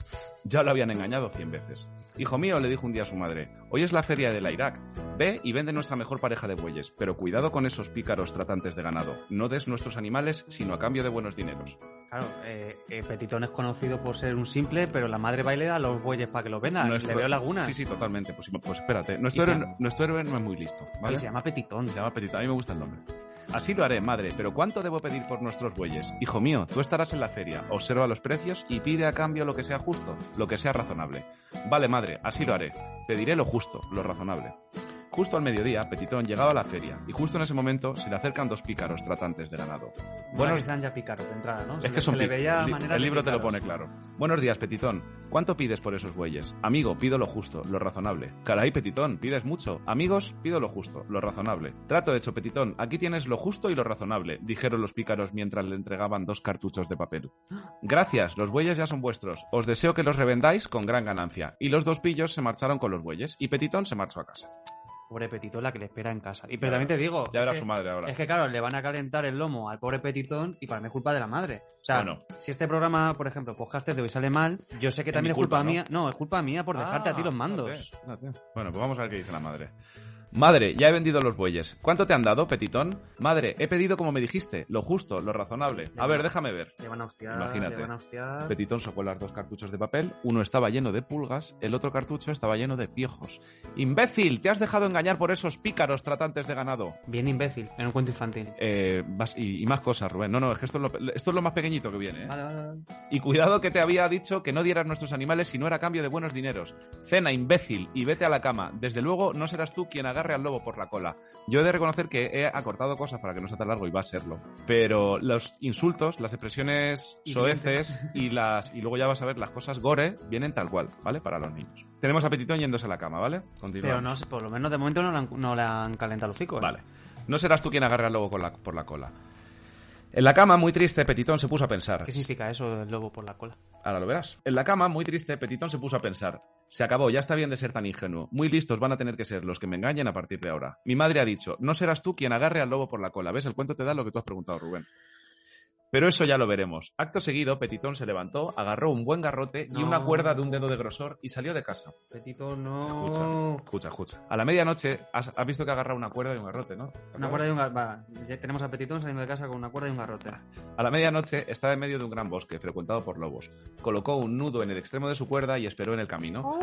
A: Ya lo habían engañado 100 veces. Hijo mío, le dijo un día a su madre, hoy es la feria de la Irak. Ve y vende nuestra mejor pareja de bueyes, pero cuidado con esos pícaros tratantes de ganado. No des nuestros animales sino a cambio de buenos dineros.
B: Claro, eh, eh, Petitón es conocido por ser un simple, pero la madre baile a los bueyes para que los vendan.
A: Nuestro-
B: Le veo lagunas.
A: Sí, sí, totalmente. Pues, pues espérate. Nuestro
B: Y se
A: héroe,
B: llama-
A: nuestro héroe no es muy listo. ¿vale?
B: Y se llama Petitón.
A: Se llama Petitón. A mí me gusta el nombre. Así lo haré, madre, pero ¿cuánto debo pedir por nuestros bueyes? Hijo mío, tú estarás en la feria, observa los precios y pide a cambio lo que sea justo, lo que sea razonable. Vale, madre, así lo haré. Pediré lo justo, lo razonable. Justo al mediodía, Petitón llegaba a la feria y justo en ese momento se le acercan dos pícaros tratantes de ganado.
B: Bueno,
A: Buenos,
B: que sean ya picaros de entrada, Pues ¿no?
A: es que son
B: se le
A: pi-
B: veía
A: li-
B: manera
A: El
B: de
A: libro te lo pone
B: picaros.
A: claro. Buenos días, Petitón. ¿Cuánto pides por esos bueyes? Amigo, pido lo justo, lo razonable. Caray, Petitón, pides mucho. Amigos, pido lo justo, lo razonable. Trato hecho, Petitón. Aquí tienes lo justo y lo razonable, dijeron los pícaros mientras le entregaban dos cartuchos de papel. Gracias, los bueyes ya son vuestros. Os deseo que los revendáis con gran ganancia. Y los dos pillos se marcharon con los bueyes y Petitón se marchó a casa.
B: Pobre Petitón, la que le espera en casa. Y pero
A: Ya
B: también te
A: verás.
B: digo.
A: Ya
B: es
A: verá
B: que-
A: su madre ahora.
B: Es que claro, le van a calentar el lomo al pobre Petitón y para mí es culpa de la madre. O sea,
A: Bueno.
B: si este programa, por ejemplo, podcast de hoy sale mal, yo sé que
A: Es
B: también
A: mi
B: es culpa,
A: culpa, ¿no?
B: mía. No, es culpa mía por dejarte a ti
A: Ah,
B: los mandos.
A: fíjate, fíjate. Bueno, pues vamos a ver qué dice la madre. Madre, ya he vendido los bueyes. ¿Cuánto te han dado, Petitón? Madre, he pedido como me dijiste, lo justo, lo razonable. A ver, déjame ver.
B: Le van a hostiar,
A: Imagínate.
B: le van a hostiar.
A: Petitón sacó las dos cartuchos de papel, uno estaba lleno de pulgas, el otro cartucho estaba lleno de piojos. ¡Imbécil! Te has dejado engañar por esos pícaros tratantes de ganado.
B: Bien imbécil, en un cuento infantil.
A: Eh, vas- y, y más cosas, Rubén. No, no, es que esto es lo, esto es lo más pequeñito que viene. ¿eh?
B: Vale, vale, vale.
A: Y cuidado que te había dicho que no dieras nuestros animales si no era a cambio de buenos dineros. Cena, imbécil, y vete a la cama. Desde luego no serás tú quien agarre al lobo por la cola. Yo he de reconocer que he acortado cosas para que no sea tan largo y va a serlo. Pero los insultos, las expresiones soeces y las y luego ya vas a ver las cosas gore vienen tal cual, ¿vale? Para los niños. Tenemos a Petitón yéndose a la cama, ¿vale? Continúa.
B: Pero no, por lo menos de momento no le han, no le han calentado los hocico. ¿eh?
A: Vale. No serás tú quien agarre al lobo con la- por la cola. En la cama, muy triste, Petitón se puso a pensar.
B: ¿Qué significa eso del lobo por la cola?
A: Ahora lo verás. En la cama, muy triste, Petitón se puso a pensar. Se acabó, ya está bien de ser tan ingenuo. Muy listos van a tener que ser los que me engañen a partir de ahora. Mi madre ha dicho, no serás tú quien agarre al lobo por la cola. ¿Ves? El cuento te da lo que tú has preguntado, Rubén. Pero eso ya lo veremos. Acto seguido, Petitón se levantó, agarró un buen garrote y
B: No.
A: una cuerda de un dedo de grosor y salió de casa.
B: Petitón, no.
A: Escucha, escucha, escucha. A la medianoche has, has visto que agarra una cuerda y un garrote, ¿no? ¿Te
B: Una
A: acuerdas?
B: cuerda y un gar- va, ya tenemos a Petitón saliendo de casa con una cuerda y un garrote.
A: A la medianoche estaba en medio de un gran bosque frecuentado por lobos. Colocó un nudo en el extremo de su cuerda y esperó en el camino.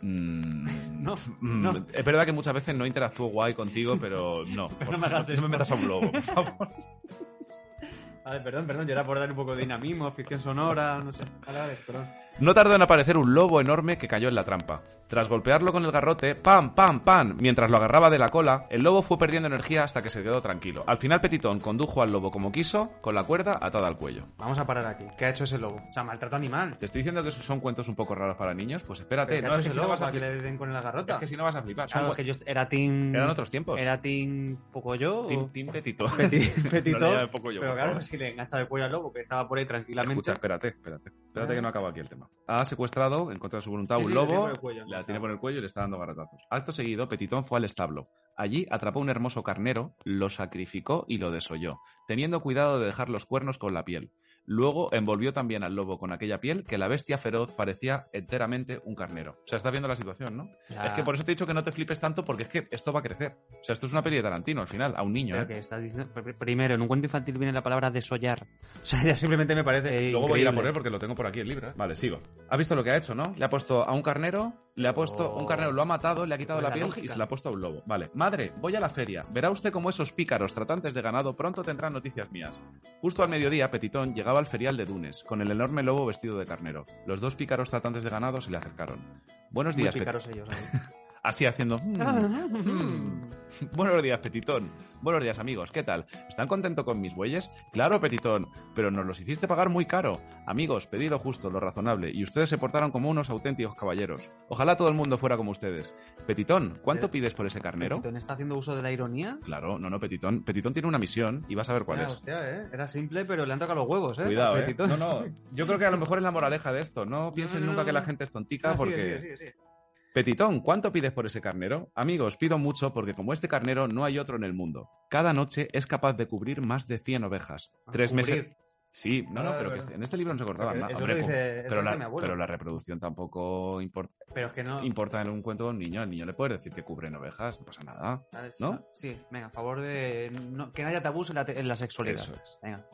A: Mm,
B: Oh. No,
A: mm,
B: no.
A: Es verdad que muchas veces no interactúo guay contigo, pero no.
B: no me hagas
A: no me
B: esto.
A: metas a un lobo, por favor.
B: Vale, perdón, perdón, yo era por dar un poco de dinamismo, afición sonora, no sé. Vale, vale, perdón.
A: No tardó en aparecer un lobo enorme que cayó en la trampa. Tras golpearlo con el garrote, ¡pam, pam, pam! Mientras lo agarraba de la cola, el lobo fue perdiendo energía hasta que se quedó tranquilo. Al final Petitón condujo al lobo como quiso, con la cuerda atada al cuello.
B: Vamos a parar aquí. ¿Qué ha hecho ese lobo? O sea, maltrato animal.
A: Te estoy diciendo que esos son cuentos un poco raros para niños, pues espérate,
B: ¿Pero qué
A: no es
B: ha hecho
A: que
B: ese
A: si no
B: lobo
A: vas a
B: para que
A: flipar.
B: le den con el garrota?
A: Es que si no vas a flipar.
B: Claro,
A: Son
B: es que yo era team...
A: Eran otros tiempos.
B: Era team Pocoyo.
A: Team-
B: o-
A: team Petito.
B: Peti-
A: No le
B: Petito.
A: llame Pocoyo,
B: pero
A: por
B: claro,
A: favor.
B: si le engancha el cuello al lobo, que estaba por ahí tranquilamente.
A: Escucha, espérate, espérate. Espérate que no acaba aquí el tema. Ha secuestrado, en contra de su voluntad,
L: Sí,
A: un
L: sí, le tiene
A: lobo,
L: por el cuello.
A: la tiene por el cuello y le está dando garrotazos. Acto seguido, Petitón fue al establo. Allí atrapó un hermoso carnero, lo sacrificó y lo desolló, teniendo cuidado de dejar los cuernos con la piel. Luego envolvió también al lobo con aquella piel que la bestia feroz parecía enteramente un carnero. O sea, estás viendo la situación, ¿no?
B: Ya.
A: Es que por eso te he dicho que no te flipes tanto porque es que esto va a crecer. O sea, esto es una peli de Tarantino al final, a un niño.
B: Pero
A: ¿eh?
B: que estás diciendo- pr- pr- primero, en un cuento infantil viene la palabra desollar. O sea, ya simplemente me parece.
A: Luego voy a ir
B: increíble.
A: a por él porque lo tengo por aquí el libro. ¿eh? Vale, sigo. ¿Has visto lo que ha hecho, no? Le ha puesto a un carnero, le ha puesto
B: Oh.
A: un carnero, lo ha matado, le ha quitado
B: Pues
A: la,
B: la
A: piel y
B: lógica.
A: se la ha puesto a un lobo. Vale. Madre, voy a la feria. Verá usted cómo esos pícaros tratantes de ganado pronto tendrán noticias mías. Justo al mediodía, Petitón llegaba al ferial de Dunes, con el enorme lobo vestido de carnero. Los dos pícaros tratantes de ganado se le acercaron. Buenos
B: Muy
A: días,
B: pícaros
A: Peti-
B: ellos. Ah,
A: Así haciendo. "Mm". Buenos días, Petitón. Buenos días, amigos. ¿Qué tal? ¿Están contentos con mis bueyes? Claro, Petitón, pero nos los hiciste pagar muy caro. Amigos, pedid lo justo, lo razonable, y ustedes se portaron como unos auténticos caballeros. Ojalá todo el mundo fuera como ustedes. Petitón, ¿cuánto pides por ese carnero?
B: ¿Petitón está haciendo uso de la ironía?
A: Claro, no, no, Petitón. Petitón tiene una misión y vas a ver cuál
B: Ah,
A: es.
B: hostia, ¿eh? Era simple, pero le han tocado los huevos, ¿eh?
A: Cuidado, ¿eh?
B: Apetito.
A: No, no. Yo creo que a lo mejor es la moraleja de esto. No piensen
B: no,
A: nunca
B: no,
A: que la
B: no.
A: gente es tontica
B: Ah,
A: porque...
B: sigue, sigue, sigue, sigue.
A: Petitón, ¿cuánto pides por ese carnero? Amigos, pido mucho porque como este carnero no hay otro en el mundo. Cada noche es capaz de cubrir más de 100 ovejas. Tres
B: cubrir.
A: meses. Sí, no, no,
B: Ah,
A: pero que
B: bueno.
A: este- en este libro no se cortaban
B: Porque
A: nada.
B: eso
A: Hombre,
B: lo
A: cu-
B: dice- eso
A: pero,
B: lo dice
A: la,
B: mi abuelo.
A: pero la reproducción tampoco importa.
B: Pero es que no-
A: Importa en un cuento de un niño. Al niño le puedes decir que cubren ovejas, no pasa nada.
B: Vale, sí,
A: ¿No?
B: Sí, venga, a favor de. no- que no haya tabús en la, te- en la sexualidad.
A: Eso es.
B: Venga.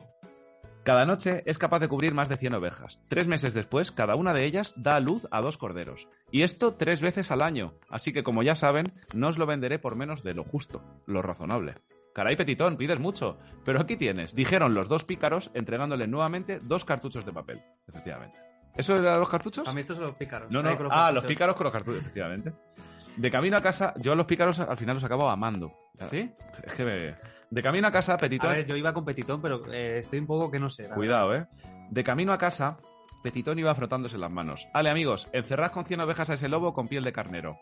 A: Cada noche es capaz de cubrir más de 100 ovejas. Tres meses después, cada una de ellas da a luz a dos corderos. Y esto tres veces al año. Así que, como ya saben, no os lo venderé por menos de lo justo, lo razonable. Caray, Petitón, pides mucho. Pero aquí tienes, dijeron los dos pícaros entregándole nuevamente dos cartuchos de papel. Efectivamente. ¿Eso eran los cartuchos?
B: A mí estos son los pícaros.
A: No, no.
B: Ahí
A: ah,
B: con
A: los
B: cartuchos.
A: pícaros con los cartuchos, efectivamente. De camino a casa, yo a los pícaros al final los acabo amando.
B: ¿Sí?
A: Es que me... De camino a casa, Petitón...
B: A ver, yo iba con Petitón, pero eh, estoy un poco que no sé. la
A: Cuidado, ¿eh? De camino a casa, Petitón iba frotándose las manos. Ale, amigos, encerrad con 100 ovejas a ese lobo con piel de carnero.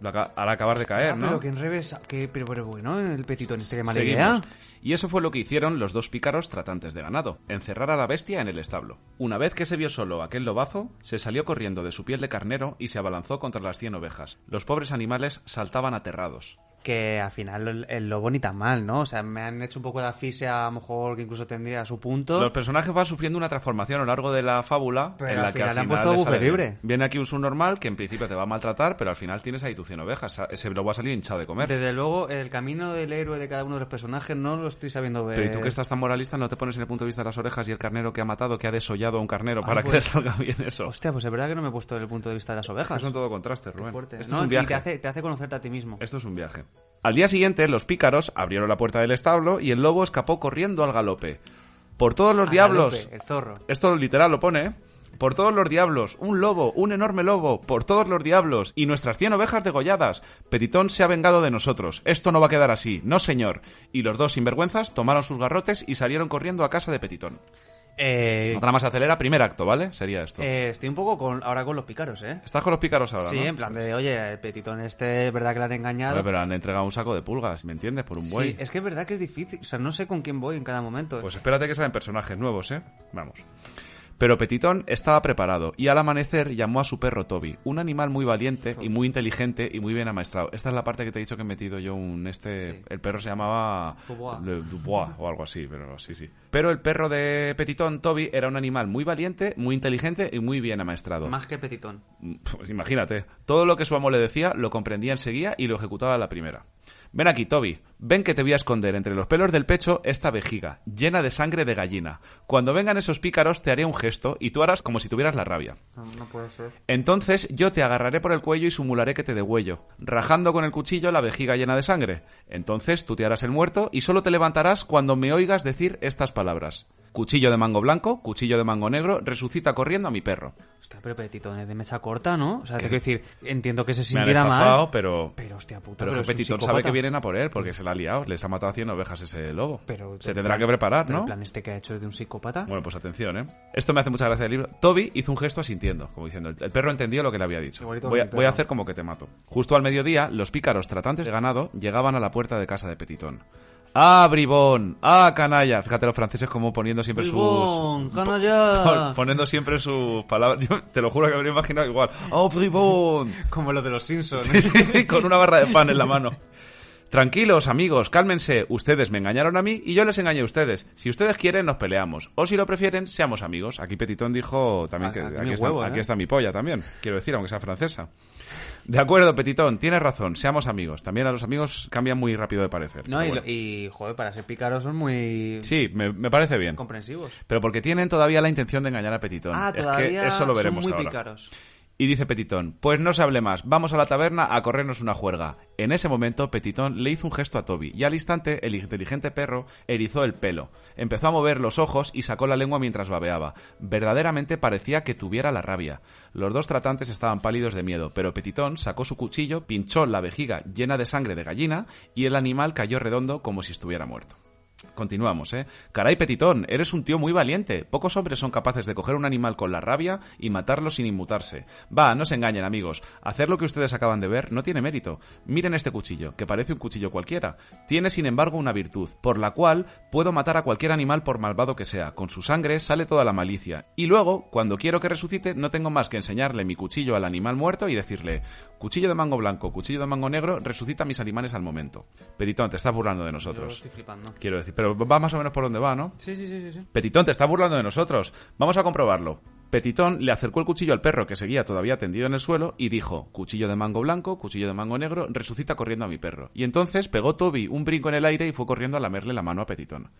A: Lo aca- al acabar de caer,
B: Ah,
A: ¿no?
B: Pero que en revés. Que, pero, pero bueno, el petitón este, qué mala
A: Seguimos.
B: idea.
A: Y eso fue lo que hicieron los dos pícaros tratantes de ganado, encerrar a la bestia en el establo. Una vez que se vio solo aquel lobazo, se salió corriendo de su piel de carnero y se abalanzó contra las 100 ovejas. Los pobres animales saltaban aterrados.
B: Que al final el, el lobo ni tan mal, ¿no? O sea, me han hecho un poco de asfixia, a lo mejor que incluso tendría su punto.
A: Los personajes van sufriendo una transformación a lo largo de la fábula.
B: Pero
A: en
B: al
A: la que
B: final
A: al
B: le han
A: final
B: puesto
A: le
B: buffet
A: sale bien.
B: libre.
A: Viene aquí un subnormal que en principio te va a maltratar, pero al final tienes ahí tu 100 ovejas. Ese lobo ha salido hinchado de comer.
B: Desde luego, el camino del héroe de cada uno de los personajes no lo estoy sabiendo ver.
A: Pero ¿y tú que estás tan moralista no te pones en el punto de vista de las orejas y el carnero que ha matado, que ha desollado a un carnero
B: Ah,
A: para que le
B: pues-
A: salga bien eso?
B: Hostia, pues es verdad que no me he puesto desde el punto de vista de las ovejas.
A: Son todo contrastes, Rubén.
B: Fuerte.
A: Esto
B: No,
A: es un
B: y
A: viaje.
B: Te hace, te hace conocerte a ti mismo.
A: Esto es un viaje. Al día siguiente, los pícaros abrieron la puerta del establo y el lobo escapó corriendo al galope. Por todos los
B: Al
A: diablos.
B: galope, el zorro.
A: Esto literal lo pone, ¿eh? Por todos los diablos, un lobo, un enorme lobo, por todos los diablos, y nuestras cien ovejas degolladas. Petitón se ha vengado de nosotros. Esto no va a quedar así, no señor. Y los dos sinvergüenzas tomaron sus garrotes y salieron corriendo a casa de Petitón.
B: Eh,
A: La trama se acelera, primer acto, ¿vale? Sería esto.
B: eh, estoy un poco con, ahora con los pícaros, ¿eh?
A: Estás con los pícaros ahora,
B: sí,
A: ¿no?
B: en plan de, oye, el petitón este, es verdad que le han engañado.
A: Joder, pero han entregado un saco de pulgas, ¿me entiendes? Por un buey.
B: Sí, es que es verdad que es difícil. O sea, no sé con quién voy en cada momento. ¿eh?
A: Pues espérate que salen personajes nuevos, ¿eh? Vamos. Pero Petitón estaba preparado y al amanecer llamó a su perro Toby, un animal muy valiente y muy inteligente y muy bien amaestrado. Esta es la parte que te he dicho que he metido yo un este... El perro se llamaba...
B: Dubois.
A: Le- Dubois o algo así, pero sí, sí. Pero el perro de Petitón, Toby, era un animal muy valiente, muy inteligente y muy bien amaestrado.
B: Más que petitón.
A: Pues imagínate, todo lo que su amo le decía lo comprendía enseguida y lo ejecutaba a la primera. Ven aquí, Toby. Ven que te voy a esconder entre los pelos del pecho esta vejiga, llena de sangre de gallina. Cuando vengan esos pícaros te haré un gesto y tú harás como si tuvieras la rabia.
B: No, no puede ser.
A: Entonces yo te agarraré por el cuello y simularé que te degüello, rajando con el cuchillo la vejiga llena de sangre. Entonces tú te harás el muerto y solo te levantarás cuando me oigas decir estas palabras. Cuchillo de mango blanco, cuchillo de mango negro, resucita corriendo a mi perro.
B: Hostia, pero petitón es de mesa corta, ¿no? O sea,
A: ¿Qué?
B: te quiero decir, entiendo que se
A: Eh, me han
B: sintiera
A: estafado,
B: mal.
A: pero...
B: Pero, hostia puta,
A: Pero,
B: Ah, pero
A: que
B: es un
A: Petitón
B: psicópata.
A: sabe que vienen a por él porque se la ha liado. Les ha matado a 100 ovejas ese lobo.
B: Pero-
A: se tendrá que preparar,
B: pero
A: ¿no?
B: El plan este que ha hecho es de un psicópata.
A: Bueno, pues atención, ¿eh? Esto me hace mucha gracia el libro. Toby hizo un gesto asintiendo, como diciendo, el el perro entendió lo que le había dicho.
B: bonito
A: Voy a,
B: que mi
A: voy a
B: perro.
A: hacer como que te mato. Justo al mediodía, los pícaros tratantes de ganado llegaban a la puerta de casa de Petitón. ¡Ah, bribón! ¡Ah, canalla! Fíjate los franceses como poniendo siempre
B: Bribón,
A: sus...
B: canalla.
A: pon- poniendo siempre sus palabras. Yo te lo juro que me lo he imaginado igual. ¡Oh, bribón!
B: Como los de los Simpsons.
A: Sí, sí, con una barra de pan en la mano. Tranquilos, amigos, cálmense. Ustedes me engañaron a mí y yo les engañé a ustedes. Si ustedes quieren, nos peleamos. O si lo prefieren, seamos amigos. Aquí Petitón dijo también que
B: Ah, aquí
A: aquí,
B: mi
A: está,
B: huevo, ¿eh?
A: aquí está mi polla también. Quiero decir, aunque sea francesa. De acuerdo, Petitón, tienes razón. Seamos amigos. También a los amigos cambian muy rápido de parecer.
B: No,
A: Pero
B: y,
A: bueno.
B: lo- y, joder, para ser pícaros son muy
A: Sí, me, me parece bien.
B: comprensivos.
A: Pero porque tienen todavía la intención de engañar a Petitón.
B: Ah,
A: Es que
B: todavía
A: eso lo veremos
B: son muy
A: ahora.
B: pícaros.
A: Y dice Petitón, pues no se hable más, vamos a la taberna a corrernos una juerga. En ese momento, Petitón le hizo un gesto a Toby, y al instante el inteligente perro erizó el pelo, empezó a mover los ojos y sacó la lengua mientras babeaba. Verdaderamente parecía que tuviera la rabia. Los dos tratantes estaban pálidos de miedo, pero Petitón sacó su cuchillo, pinchó la vejiga llena de sangre de gallina, y el animal cayó redondo como si estuviera muerto. Continuamos, ¿eh? Caray, Petitón, eres un tío muy valiente. Pocos hombres son capaces de coger un animal con la rabia y matarlo sin inmutarse. Va, no se engañen, amigos. Hacer lo que ustedes acaban de ver no tiene mérito. Miren este cuchillo, que parece un cuchillo cualquiera. Tiene, sin embargo, una virtud, por la cual puedo matar a cualquier animal por malvado que sea. Con su sangre sale toda la malicia. Y luego, cuando quiero que resucite, no tengo más que enseñarle mi cuchillo al animal muerto y decirle, cuchillo de mango blanco, cuchillo de mango negro, resucita a mis animales al momento. Petitón, te estás burlando de nosotros.
B: Yo estoy flipando. Eh,
A: Quiero decir, pero va más o menos por donde va, ¿no?
B: Sí, sí, sí, sí. sí.
A: Petitón, te está burlando de nosotros. Vamos a comprobarlo. Petitón le acercó el cuchillo al perro que seguía todavía tendido en el suelo y dijo, cuchillo de mango blanco, cuchillo de mango negro, resucita corriendo a mi perro. Y entonces pegó Toby un brinco en el aire y fue corriendo a lamerle la mano a Petitón.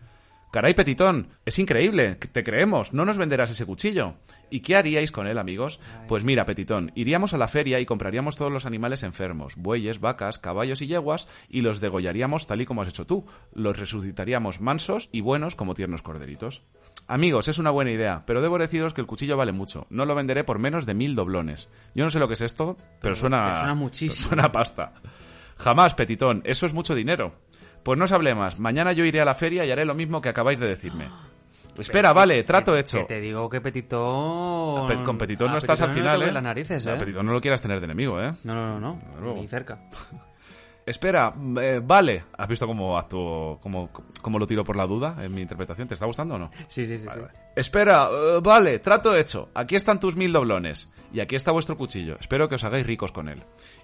A: Caray, Petitón, es increíble, te creemos, no nos venderás ese cuchillo. ¿Y qué haríais con él, amigos? Pues mira, Petitón, iríamos a la feria y compraríamos todos los animales enfermos, bueyes, vacas, caballos y yeguas, y los degollaríamos tal y como has hecho tú. Los resucitaríamos mansos y buenos como tiernos corderitos. Amigos, es una buena idea, pero debo deciros que el cuchillo vale mucho. No lo venderé por menos de mil doblones. Yo no sé lo que es esto, pero suena...
B: suena muchísimo.
A: Suena a pasta. Jamás, Petitón, eso es mucho dinero. Pues no os hablé más. Mañana yo iré a la feria y haré lo mismo que acabáis de decirme. Espera, vale, Eh, trato hecho.
B: Que te digo que Petitón...
A: Pe- Con Petitón
B: a
A: no estás al
B: Petitón
A: final,
B: le toques
A: ¿eh?
B: las narices,
A: No,
B: ¿eh?
A: Petitón no lo quieras tener de enemigo, ¿eh?
B: No, no, no,
A: Desde
B: no.
A: luego.
B: Ni cerca.
A: Espera, eh, vale. ¿Has visto cómo actuó, cómo, cómo lo tiro por la duda en mi interpretación? ¿Te está gustando o no?
B: Sí, sí, sí. sí.
A: Espera, eh, vale, trato hecho. Aquí están tus mil doblones. Y aquí está vuestro cuchillo. Espero que os hagáis ricos con él.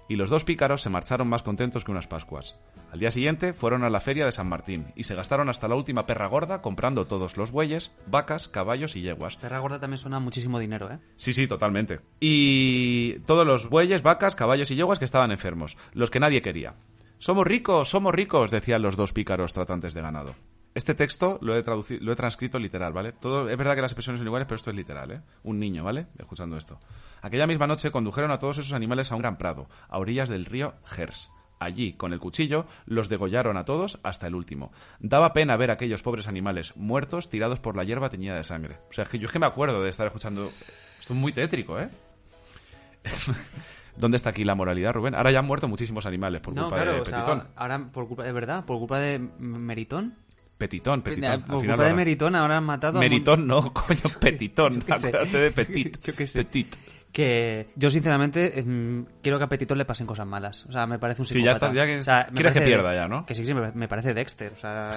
A: Y los dos pícaros se marcharon más contentos que unas pascuas. Al día siguiente fueron a la feria de San Martín y se gastaron hasta la última perra gorda comprando todos los bueyes, vacas, caballos y yeguas.
B: Perra gorda también suena muchísimo dinero, ¿eh?
A: Sí, sí, totalmente. Y todos los bueyes, vacas, caballos y yeguas que estaban enfermos, los que nadie quería. Somos ricos, somos ricos, decían los dos pícaros tratantes de ganado. Este texto lo he, traduci- lo he transcrito literal, ¿vale? Todo, es verdad que las expresiones son iguales, pero esto es literal, ¿eh? Un niño, ¿vale? Escuchando esto. Aquella misma noche condujeron a todos esos animales a un gran prado, a orillas del río Gers. Allí, con el cuchillo, los degollaron a todos hasta el último. Daba pena ver a aquellos pobres animales muertos tirados por la hierba teñida de sangre. O sea, es que yo es que me acuerdo de estar escuchando... Esto es muy tétrico, ¿eh? ¿Dónde está aquí la moralidad, Rubén? Ahora ya han muerto muchísimos animales por
B: No,
A: culpa
B: claro,
A: de
B: o sea,
A: Petitón.
B: ahora por culpa... ¿Es verdad? ¿Por culpa de Meritón?
A: Petitón, Petitón.
B: Eh,
A: al final
B: Por culpa de
A: ahora-
B: Meritón ahora han matado a... un-
A: Meritón no, coño, Petitón.
B: qué sé.
A: Acuérdate de Petit. Petit.
B: Que yo, sinceramente, em, quiero que a Petitón le pasen cosas malas. O sea, me parece un
A: Sí, ya
B: psicópata.
A: estás- ya que-
B: O sea, me
A: quieres que
B: parece-
A: pierda ya, ¿no?
B: Que sí, sí, me me parece Dexter. O sea...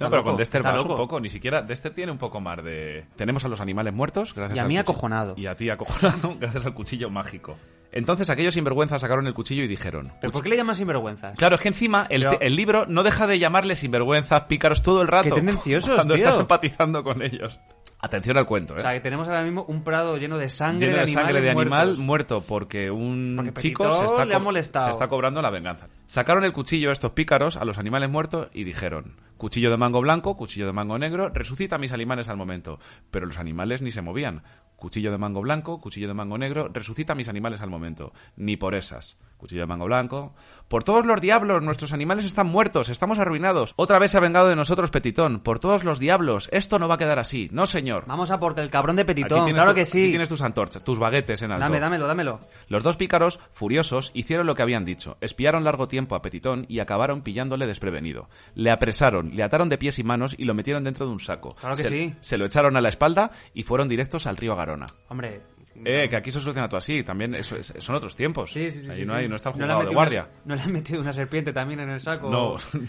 A: No,
B: está
A: pero
B: loco,
A: con Dexter
B: está
A: más un
B: loco.
A: poco, ni siquiera. Dexter tiene un poco más de. Tenemos a los animales muertos, gracias
B: Y a
A: al
B: mí
A: cuchillo.
B: acojonado.
A: Y a ti acojonado, gracias al cuchillo mágico. Entonces aquellos sinvergüenzas sacaron el cuchillo y dijeron.
B: ¿Pero
A: "Cuch-
B: por qué le llaman sinvergüenza?
A: Claro, es que encima el,
B: Pero-
A: te- el libro no deja de llamarle sinvergüenzas, pícaros todo el rato.
B: Qué tendenciosos,
A: Cuando
B: tío.
A: estás empatizando con ellos. Atención al cuento, ¿eh?
B: O sea, que tenemos ahora mismo un prado lleno de sangre
A: Lleno
B: de
A: de
B: animales
A: sangre de animal
B: muertos.
A: muerto porque un
B: Porque
A: chico
B: Petitón
A: se está,
B: le ha
A: co-
B: molestado.
A: se está cobrando la venganza. Sacaron el cuchillo estos pícaros a los animales muertos y dijeron, cuchillo de mango blanco, cuchillo de mango negro, resucita a mis animales al momento. Pero los animales ni se movían. Cuchillo de mango blanco, cuchillo de mango negro, resucita a mis animales al momento. Ni por esas. Cuchillo de mango blanco. Por todos los diablos, nuestros animales están muertos, estamos arruinados. Otra vez se ha vengado de nosotros Petitón. Por todos los diablos, esto no va a quedar así. No, señor.
B: Vamos a porque el cabrón de
A: Aquí
B: Petitón,
A: tienes
B: claro
A: tu-
B: que
A: aquí
B: sí.
A: tienes tus antorchas, tus baguetes en alto.
B: Dame, dámelo, dámelo.
A: Los dos pícaros, furiosos, hicieron lo que habían dicho, espiaron largo tiempo a Petitón y acabaron pillándole desprevenido. Le apresaron, le ataron de pies y manos y lo metieron dentro de un saco.
B: Claro que
A: se,
B: sí.
A: Se lo echaron a la espalda y fueron directos al río Garona.
B: Hombre,
A: Eh, que aquí se soluciona todo así, también eso es- son otros tiempos.
B: sí, sí, sí.
A: Ahí
B: sí,
A: no,
B: sí.
A: hay, no está el
B: le han
A: juzgado de
B: metido
A: guardia.
B: una- ¿No le han metido una serpiente también en el saco?
A: No.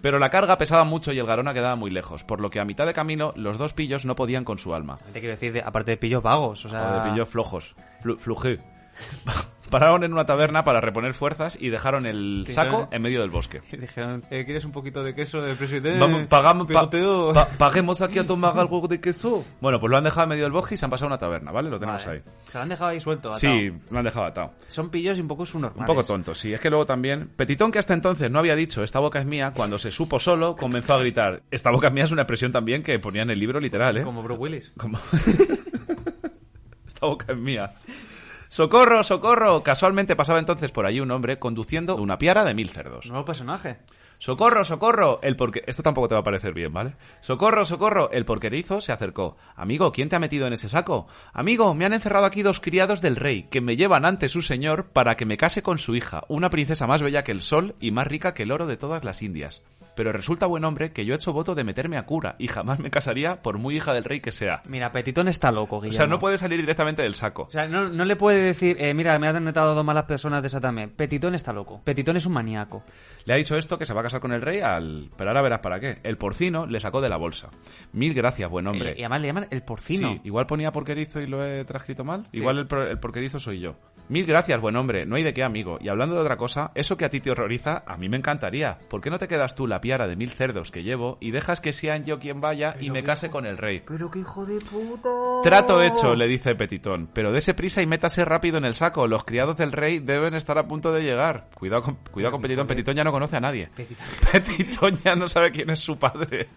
A: Pero la carga pesaba mucho y el Garona quedaba muy lejos, por lo que a mitad de camino los dos pillos no podían con su alma.
B: Te quiero decir, de- aparte de pillos vagos, o sea...
A: O de pillos flojos. Flu- flujé. Pararon en una taberna para reponer fuerzas y dejaron el
B: Sí,
A: saco
B: claro.
A: en medio del bosque.
B: Y Dijeron, "Eh, ¿quieres un poquito de queso de presidente?
A: Vamos, pagamos, pa-
B: Pegoteo".
A: pa- paguemos aquí a tomar algo de queso. Bueno, pues lo han dejado en medio del bosque y se han pasado a una taberna, ¿vale? Lo tenemos
B: Vale.
A: ahí.
B: Se lo han dejado ahí suelto, atado.
A: Sí, lo han dejado atado.
B: Son pillos y un poco subnormales.
A: Un poco tonto, sí. Es que luego también. Petitón, que hasta entonces no había dicho esta boca es mía, cuando se supo solo, comenzó a gritar. Esta boca es mía es una expresión también que ponía en el libro literal, ¿eh?
B: Como Bruce Willis.
A: Esta boca es mía. ¡Socorro, socorro! Casualmente pasaba entonces por allí un hombre conduciendo una piara de mil cerdos.
B: Nuevo personaje.
A: ¡Socorro, socorro! El porque... Esto tampoco te va a parecer bien, ¿vale? ¡Socorro, socorro! El porquerizo se acercó. Amigo, ¿quién te ha metido en ese saco? Amigo, me han encerrado aquí dos criados del rey, que me llevan ante su señor para que me case con su hija, una princesa más bella que el sol y más rica que el oro de todas las Indias. Pero resulta, buen hombre, que yo he hecho voto de meterme a cura y jamás me casaría por muy hija del rey que sea.
B: Mira, Petitón está loco,
A: O
B: Guillermo.
A: sea, no puede salir directamente del saco.
B: O sea, no, no le puede decir, eh, mira, me han notado dos malas personas, desátame. Petitón está loco. Petitón es un maníaco.
A: Le ha dicho esto que se va a casar con el rey al... Pero ahora verás para qué. El porcino le sacó de la bolsa. Mil gracias, buen hombre.
B: El- y además le llaman el porcino.
A: Sí, igual ponía porquerizo y lo he transcrito mal. Igual el, pro- el porquerizo soy yo. Mil gracias, buen hombre. No hay de qué, amigo. Y hablando de otra cosa, eso que a ti te horroriza, a mí me encantaría. ¿Por qué no te quedas tú la piara de mil cerdos que llevo y dejas que sean yo quien vaya y me case con el rey?
B: Pero qué hijo de puta.
A: Trato hecho, le dice Petitón. Pero dese prisa y métase rápido en el saco. Los criados del rey deben estar a punto de llegar. Cuidado con, cuidado con
B: eh.
A: Petitón. Petitón ya no conoce a nadie. Petitón ya no sabe quién es su padre.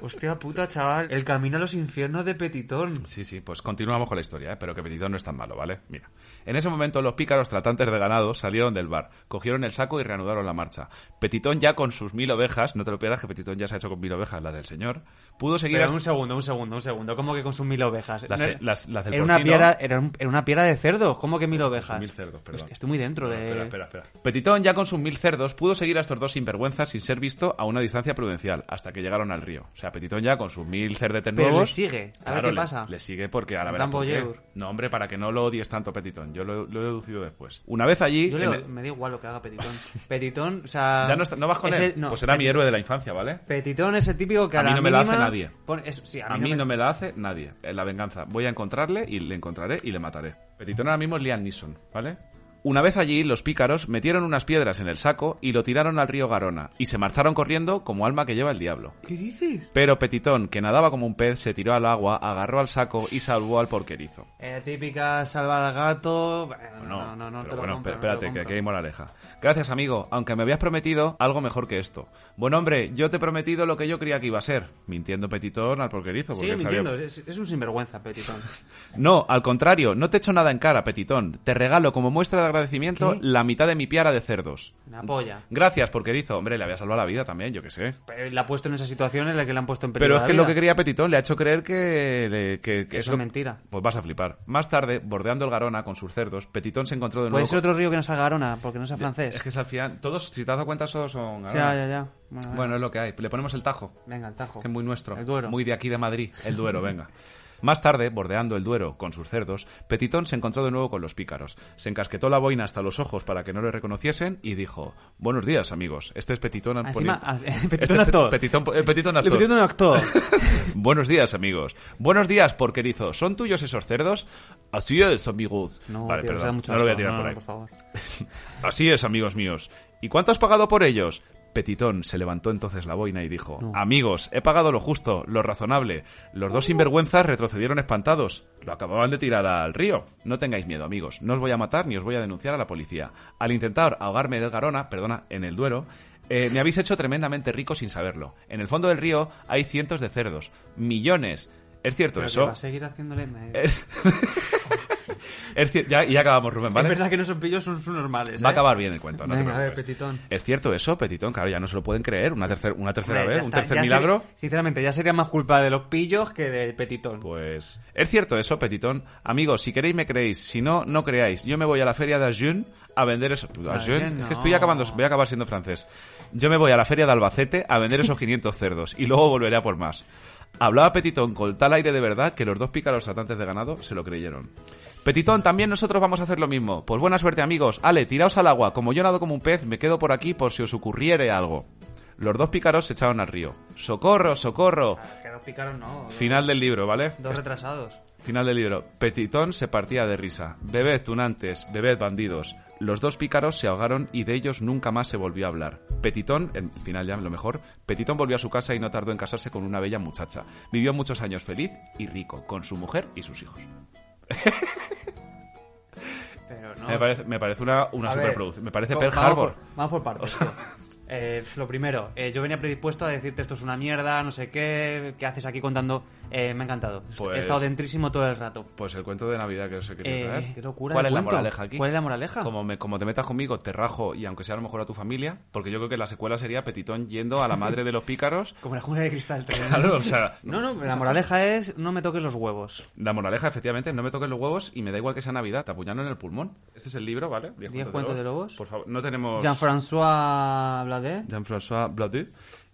B: Hostia puta, chaval. El camino a los infiernos de Petitón.
A: Sí, sí, pues continuamos con la historia, ¿eh? pero que Petitón no es tan malo, ¿vale? Mira. En ese momento los pícaros tratantes de ganado salieron del bar, cogieron el saco y reanudaron la marcha. Petitón ya con sus mil ovejas, no te lo pierdas que Petitón ya se ha hecho con mil ovejas, las del señor, pudo seguir...
B: Pero
A: hasta-
B: un segundo, un segundo, un segundo. ¿Cómo que con sus mil ovejas?
A: Las-
B: No era-
A: las- las del
B: era, una
A: porcino.
B: piedra, era, un- era una piedra de cerdos. ¿Cómo que mil ovejas?
A: mil cerdos, perdón.
B: Hostia, estoy muy dentro de...
A: Espera, espera, espera. Petitón, ya con sus mil cerdos, pudo seguir a estos dos sinvergüenzas sin ser visto a una distancia prudencial, hasta que llegaron al río. O sea, Petitón ya con sus mil cerdetes
B: Pero
A: nuevos...
B: le sigue. A ver
A: Claro,
B: qué
A: le-
B: pasa.
A: Le sigue porque ahora
B: Un
A: verás por qué.
B: Lamboyeur.
A: No, hombre, para que no lo odies tanto, Petitón. Yo lo, lo he deducido después. Una vez allí...
B: Yo
A: en
B: le-
A: el-
B: me da igual lo que haga Petitón. Petitón, o sea...
A: Ya no, está- no vas con
B: ese-
A: él.
B: no,
A: pues era mi
B: Peti-
A: héroe de la infancia, ¿vale?
B: Petitón es el típico que a,
A: A mí
B: la
A: no me la hace
B: mínima
A: nadie.
B: pone- es- sí, a mí,
A: no, me... la hace nadie. Es la venganza. Voy a encontrarle y le encontraré y le mataré. Petitón ahora mismo es Liam Neeson, ¿vale? Una vez allí, los pícaros metieron unas piedras en el saco y lo tiraron al río Garona, y se marcharon corriendo como alma que lleva el diablo.
B: ¿Qué dices?
A: Pero Petitón, que nadaba como un pez, se tiró al agua, agarró al saco y salvó al porquerizo.
B: Eh, típica salvar al gato... Bueno, no, no, no, te
A: Pero
B: lo
A: bueno,
B: compro,
A: espérate,
B: no te lo
A: que
B: compro.
A: aquí hay moraleja. Gracias, amigo. Aunque me habías prometido algo mejor que esto. Buen hombre, yo te he prometido lo que yo creía que iba a ser. Mintiendo petitón al porquerizo. Porque
B: Sigue
A: él sabía-
B: mintiendo, eh. es, es un sinvergüenza, Petitón.
A: No, al contrario, no te echo nada en cara, petitón. Te regalo como muestra de agradecimiento
B: ¿Qué?
A: la mitad de mi piara de cerdos.
B: Una polla.
A: Gracias, porquerizo. Hombre, le había salvado la vida también, yo qué sé.
B: Pero la ha puesto en esa situación en la que le han puesto en peligro
A: Pero es
B: la
A: que lo
B: vida.
A: que quería Petitón le ha hecho creer que, le- que- que
B: Eso es
A: lo-
B: mentira.
A: Pues vas a flipar. Más tarde, bordeando el Garona con sus cerdos, Petitón se encontró de nuevo.
B: Puede ser
A: con-
B: otro río que no sea Garona, porque no sea francés.
A: Es que es al final. Todos, si te has dado cuenta, todos son.
B: Ya,
A: Garona.
B: ya, ya. Bueno, venga.
A: es lo que hay. Le ponemos el tajo.
B: Venga, el tajo.
A: Que es muy nuestro.
B: El Duero.
A: Muy de aquí de Madrid. El Duero, venga. Más tarde, bordeando el Duero con sus cerdos, Petitón se encontró de nuevo con los pícaros. Se encasquetó la boina hasta los ojos para que no le reconociesen y dijo: Buenos días, amigos. Este es Petitón
B: Ah,
A: Poni-
B: encima, ah, Petitón
A: Este es
B: actor.
A: Pe- Petitón- el Petitón
B: Le
A: actor.
B: Petitón actor.
A: Buenos días, amigos. Buenos días, porquerizo. ¿Son tuyos esos cerdos? Así es, amigos.
B: No,
A: vale,
B: tío, eso da
A: perdón.
B: mucho
A: no lo voy a
B: asco.
A: tirar
B: No,
A: por
B: no,
A: ahí.
B: por favor.
A: Así es, amigos míos. ¿Y cuánto has pagado por ellos? Petitón se levantó entonces la boina y dijo: Amigos, he pagado lo justo, lo razonable. Los dos sinvergüenzas retrocedieron espantados. Lo acababan de tirar al río. No tengáis miedo, amigos. No os voy a matar ni os voy a denunciar a la policía. Al intentar ahogarme en el Garona, perdona, en el Duero, eh, me habéis hecho tremendamente rico sin saberlo. En el fondo del río hay cientos de cerdos. Millones. ¿Es cierto
B: Pero que
A: eso?
B: va a seguir haciéndole... me-
A: Es cier- ya, y ya acabamos, Rubén, ¿vale?
B: Es verdad que no son pillos, son, son normales.
A: Va a
B: ¿eh?
A: acabar bien el cuento, no te
B: Venga, a ver,
A: preocupes.
B: Petitón.
A: ¿Es cierto eso, Petitón? Claro, ya no se lo pueden creer. Una, tercer- una tercera
B: Hombre,
A: vez,
B: ya
A: un
B: está,
A: tercer
B: ya
A: milagro.
B: sería- sinceramente, ya sería más culpa de los pillos que del Petitón.
A: Pues... ¿Es cierto eso, Petitón? Amigos, si queréis me creéis, si no, no creáis. Yo me voy a la feria de Agen a vender esos... Agen,
B: Agen,
A: es
B: no.
A: que estoy acabando, voy a acabar siendo francés. Yo me voy a la feria de Albacete a vender esos 500 cerdos y luego volveré a por más. Hablaba Petitón con tal aire de verdad que los dos pícaros tratantes de ganado se lo creyeron. Petitón, también nosotros vamos a hacer lo mismo. Pues buena suerte, amigos. Ale, tiraos al agua. Como yo nado como un pez, me quedo por aquí por si os ocurriere algo. Los dos pícaros se echaron al río. ¡Socorro, socorro!
B: Que dos picaron no.
A: Final del libro, ¿vale?
B: Dos retrasados.
A: Final del libro. Petitón se partía de risa. Bebed tunantes, bebed bandidos. Los dos pícaros se ahogaron y de ellos nunca más se volvió a hablar. Petitón, en final ya lo mejor, Petitón volvió a su casa y no tardó en casarse con una bella muchacha. Vivió muchos años feliz y rico, con su mujer y sus hijos.
B: Pero no.
A: Me, parece, me parece una, una
B: A ver,
A: superproducción. Me parece
B: co-
A: Pearl
B: vamos
A: Harbor.
B: por- vamos por partes. tío. Eh, lo primero, eh, yo venía predispuesto a decirte esto es una mierda, no sé qué, qué haces aquí contando. Eh, me ha encantado. He
A: Pues-
B: estado dentrísimo todo el rato.
A: Pues el cuento de Navidad que os he querido
B: Eh,
A: traer.
B: qué locura
A: ¿Cuál
B: de
A: es la
B: cuento.
A: moraleja aquí?
B: ¿Cuál es la moraleja?
A: Como, me- como te metas conmigo, te rajo y aunque sea a lo mejor a tu familia, porque yo creo que la secuela sería Petitón yendo a la madre de los pícaros.
B: Como la jungla de cristal. tremendo.
A: Claro, o sea,
B: No, no, la moraleja es no me toques los huevos.
A: La moraleja, efectivamente, no me toques los huevos y me da igual que sea Navidad, te apuñalo en el pulmón. Este es el libro, ¿vale? Diez,
B: Diez cuentos de
A: lobos. Por favor, no tenemos...
B: Jean-François Bladet.
A: Jean-François Blaudu.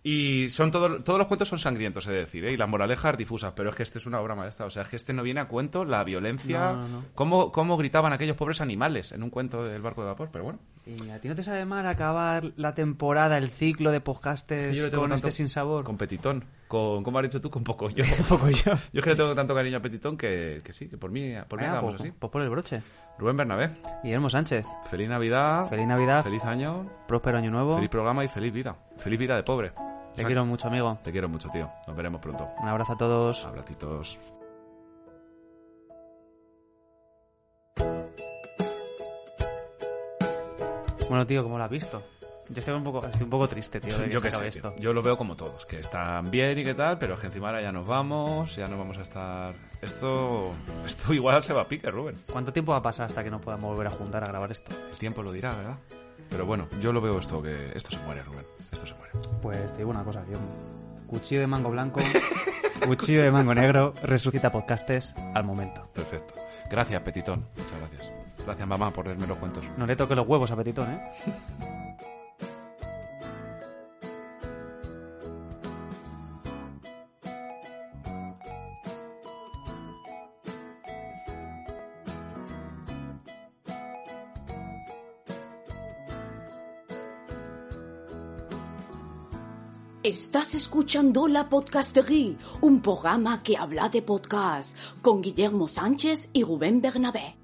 A: Y son todo- todos los cuentos son sangrientos, es decir, ¿eh? y las moralejas difusas, pero es que este es una obra maestra. O sea, es que este no viene a cuento la violencia.
B: No, no, no.
A: ¿Cómo, ¿Cómo gritaban aquellos pobres animales en un cuento del barco de vapor? Pero bueno.
B: Y a ti no te sabe mal acabar la temporada, el ciclo de podcastes
A: Sí, yo le tengo
B: con
A: tanto-
B: este sin sabor.
A: Con Petitón. Con, ¿Cómo has dicho tú? Con poco yo.
B: poco yo.
A: Yo es que le tengo tanto cariño a Petitón que, que sí, que por mí, por mí
B: Venga,
A: acabamos
B: pues,
A: así.
B: pues por el broche.
A: Rubén Bernabé,
B: Guillermo Sánchez.
A: feliz Navidad,
B: Feliz Navidad.
A: feliz año,
B: Próspero año nuevo.
A: feliz programa y feliz vida. Feliz vida de pobre.
B: Te quiero mucho, amigo.
A: Te quiero mucho, tío. Nos veremos pronto.
B: Un abrazo a todos.
A: Abracitos.
B: Bueno, tío, ¿cómo lo has visto? Yo estoy un poco, estoy un poco triste, tío, de que
A: yo
B: se
A: qué
B: acabe
A: sé,
B: esto.
A: tío. yo lo veo como todos, que están bien y qué tal, pero es que encima ahora ya nos vamos, ya no vamos a estar... Esto esto igual se va a pique, Rubén.
B: ¿Cuánto tiempo va a pasar hasta que nos podamos volver a juntar a grabar esto?
A: El tiempo lo dirá, ¿verdad? Pero bueno, yo lo veo esto, que esto se muere, Rubén. Esto se muere.
B: Pues te digo una cosa, tío. Cuchillo de mango blanco, cuchillo de mango negro, resucita podcastes al momento.
A: Perfecto. Gracias, Petitón. Muchas gracias. Gracias, mamá, por leerme los cuentos.
B: No le toque los huevos a Petitón, ¿eh?
C: Estás escuchando La Podcasterie, un programa que habla de podcast con Guillermo Sánchez y Rubén Bernabé.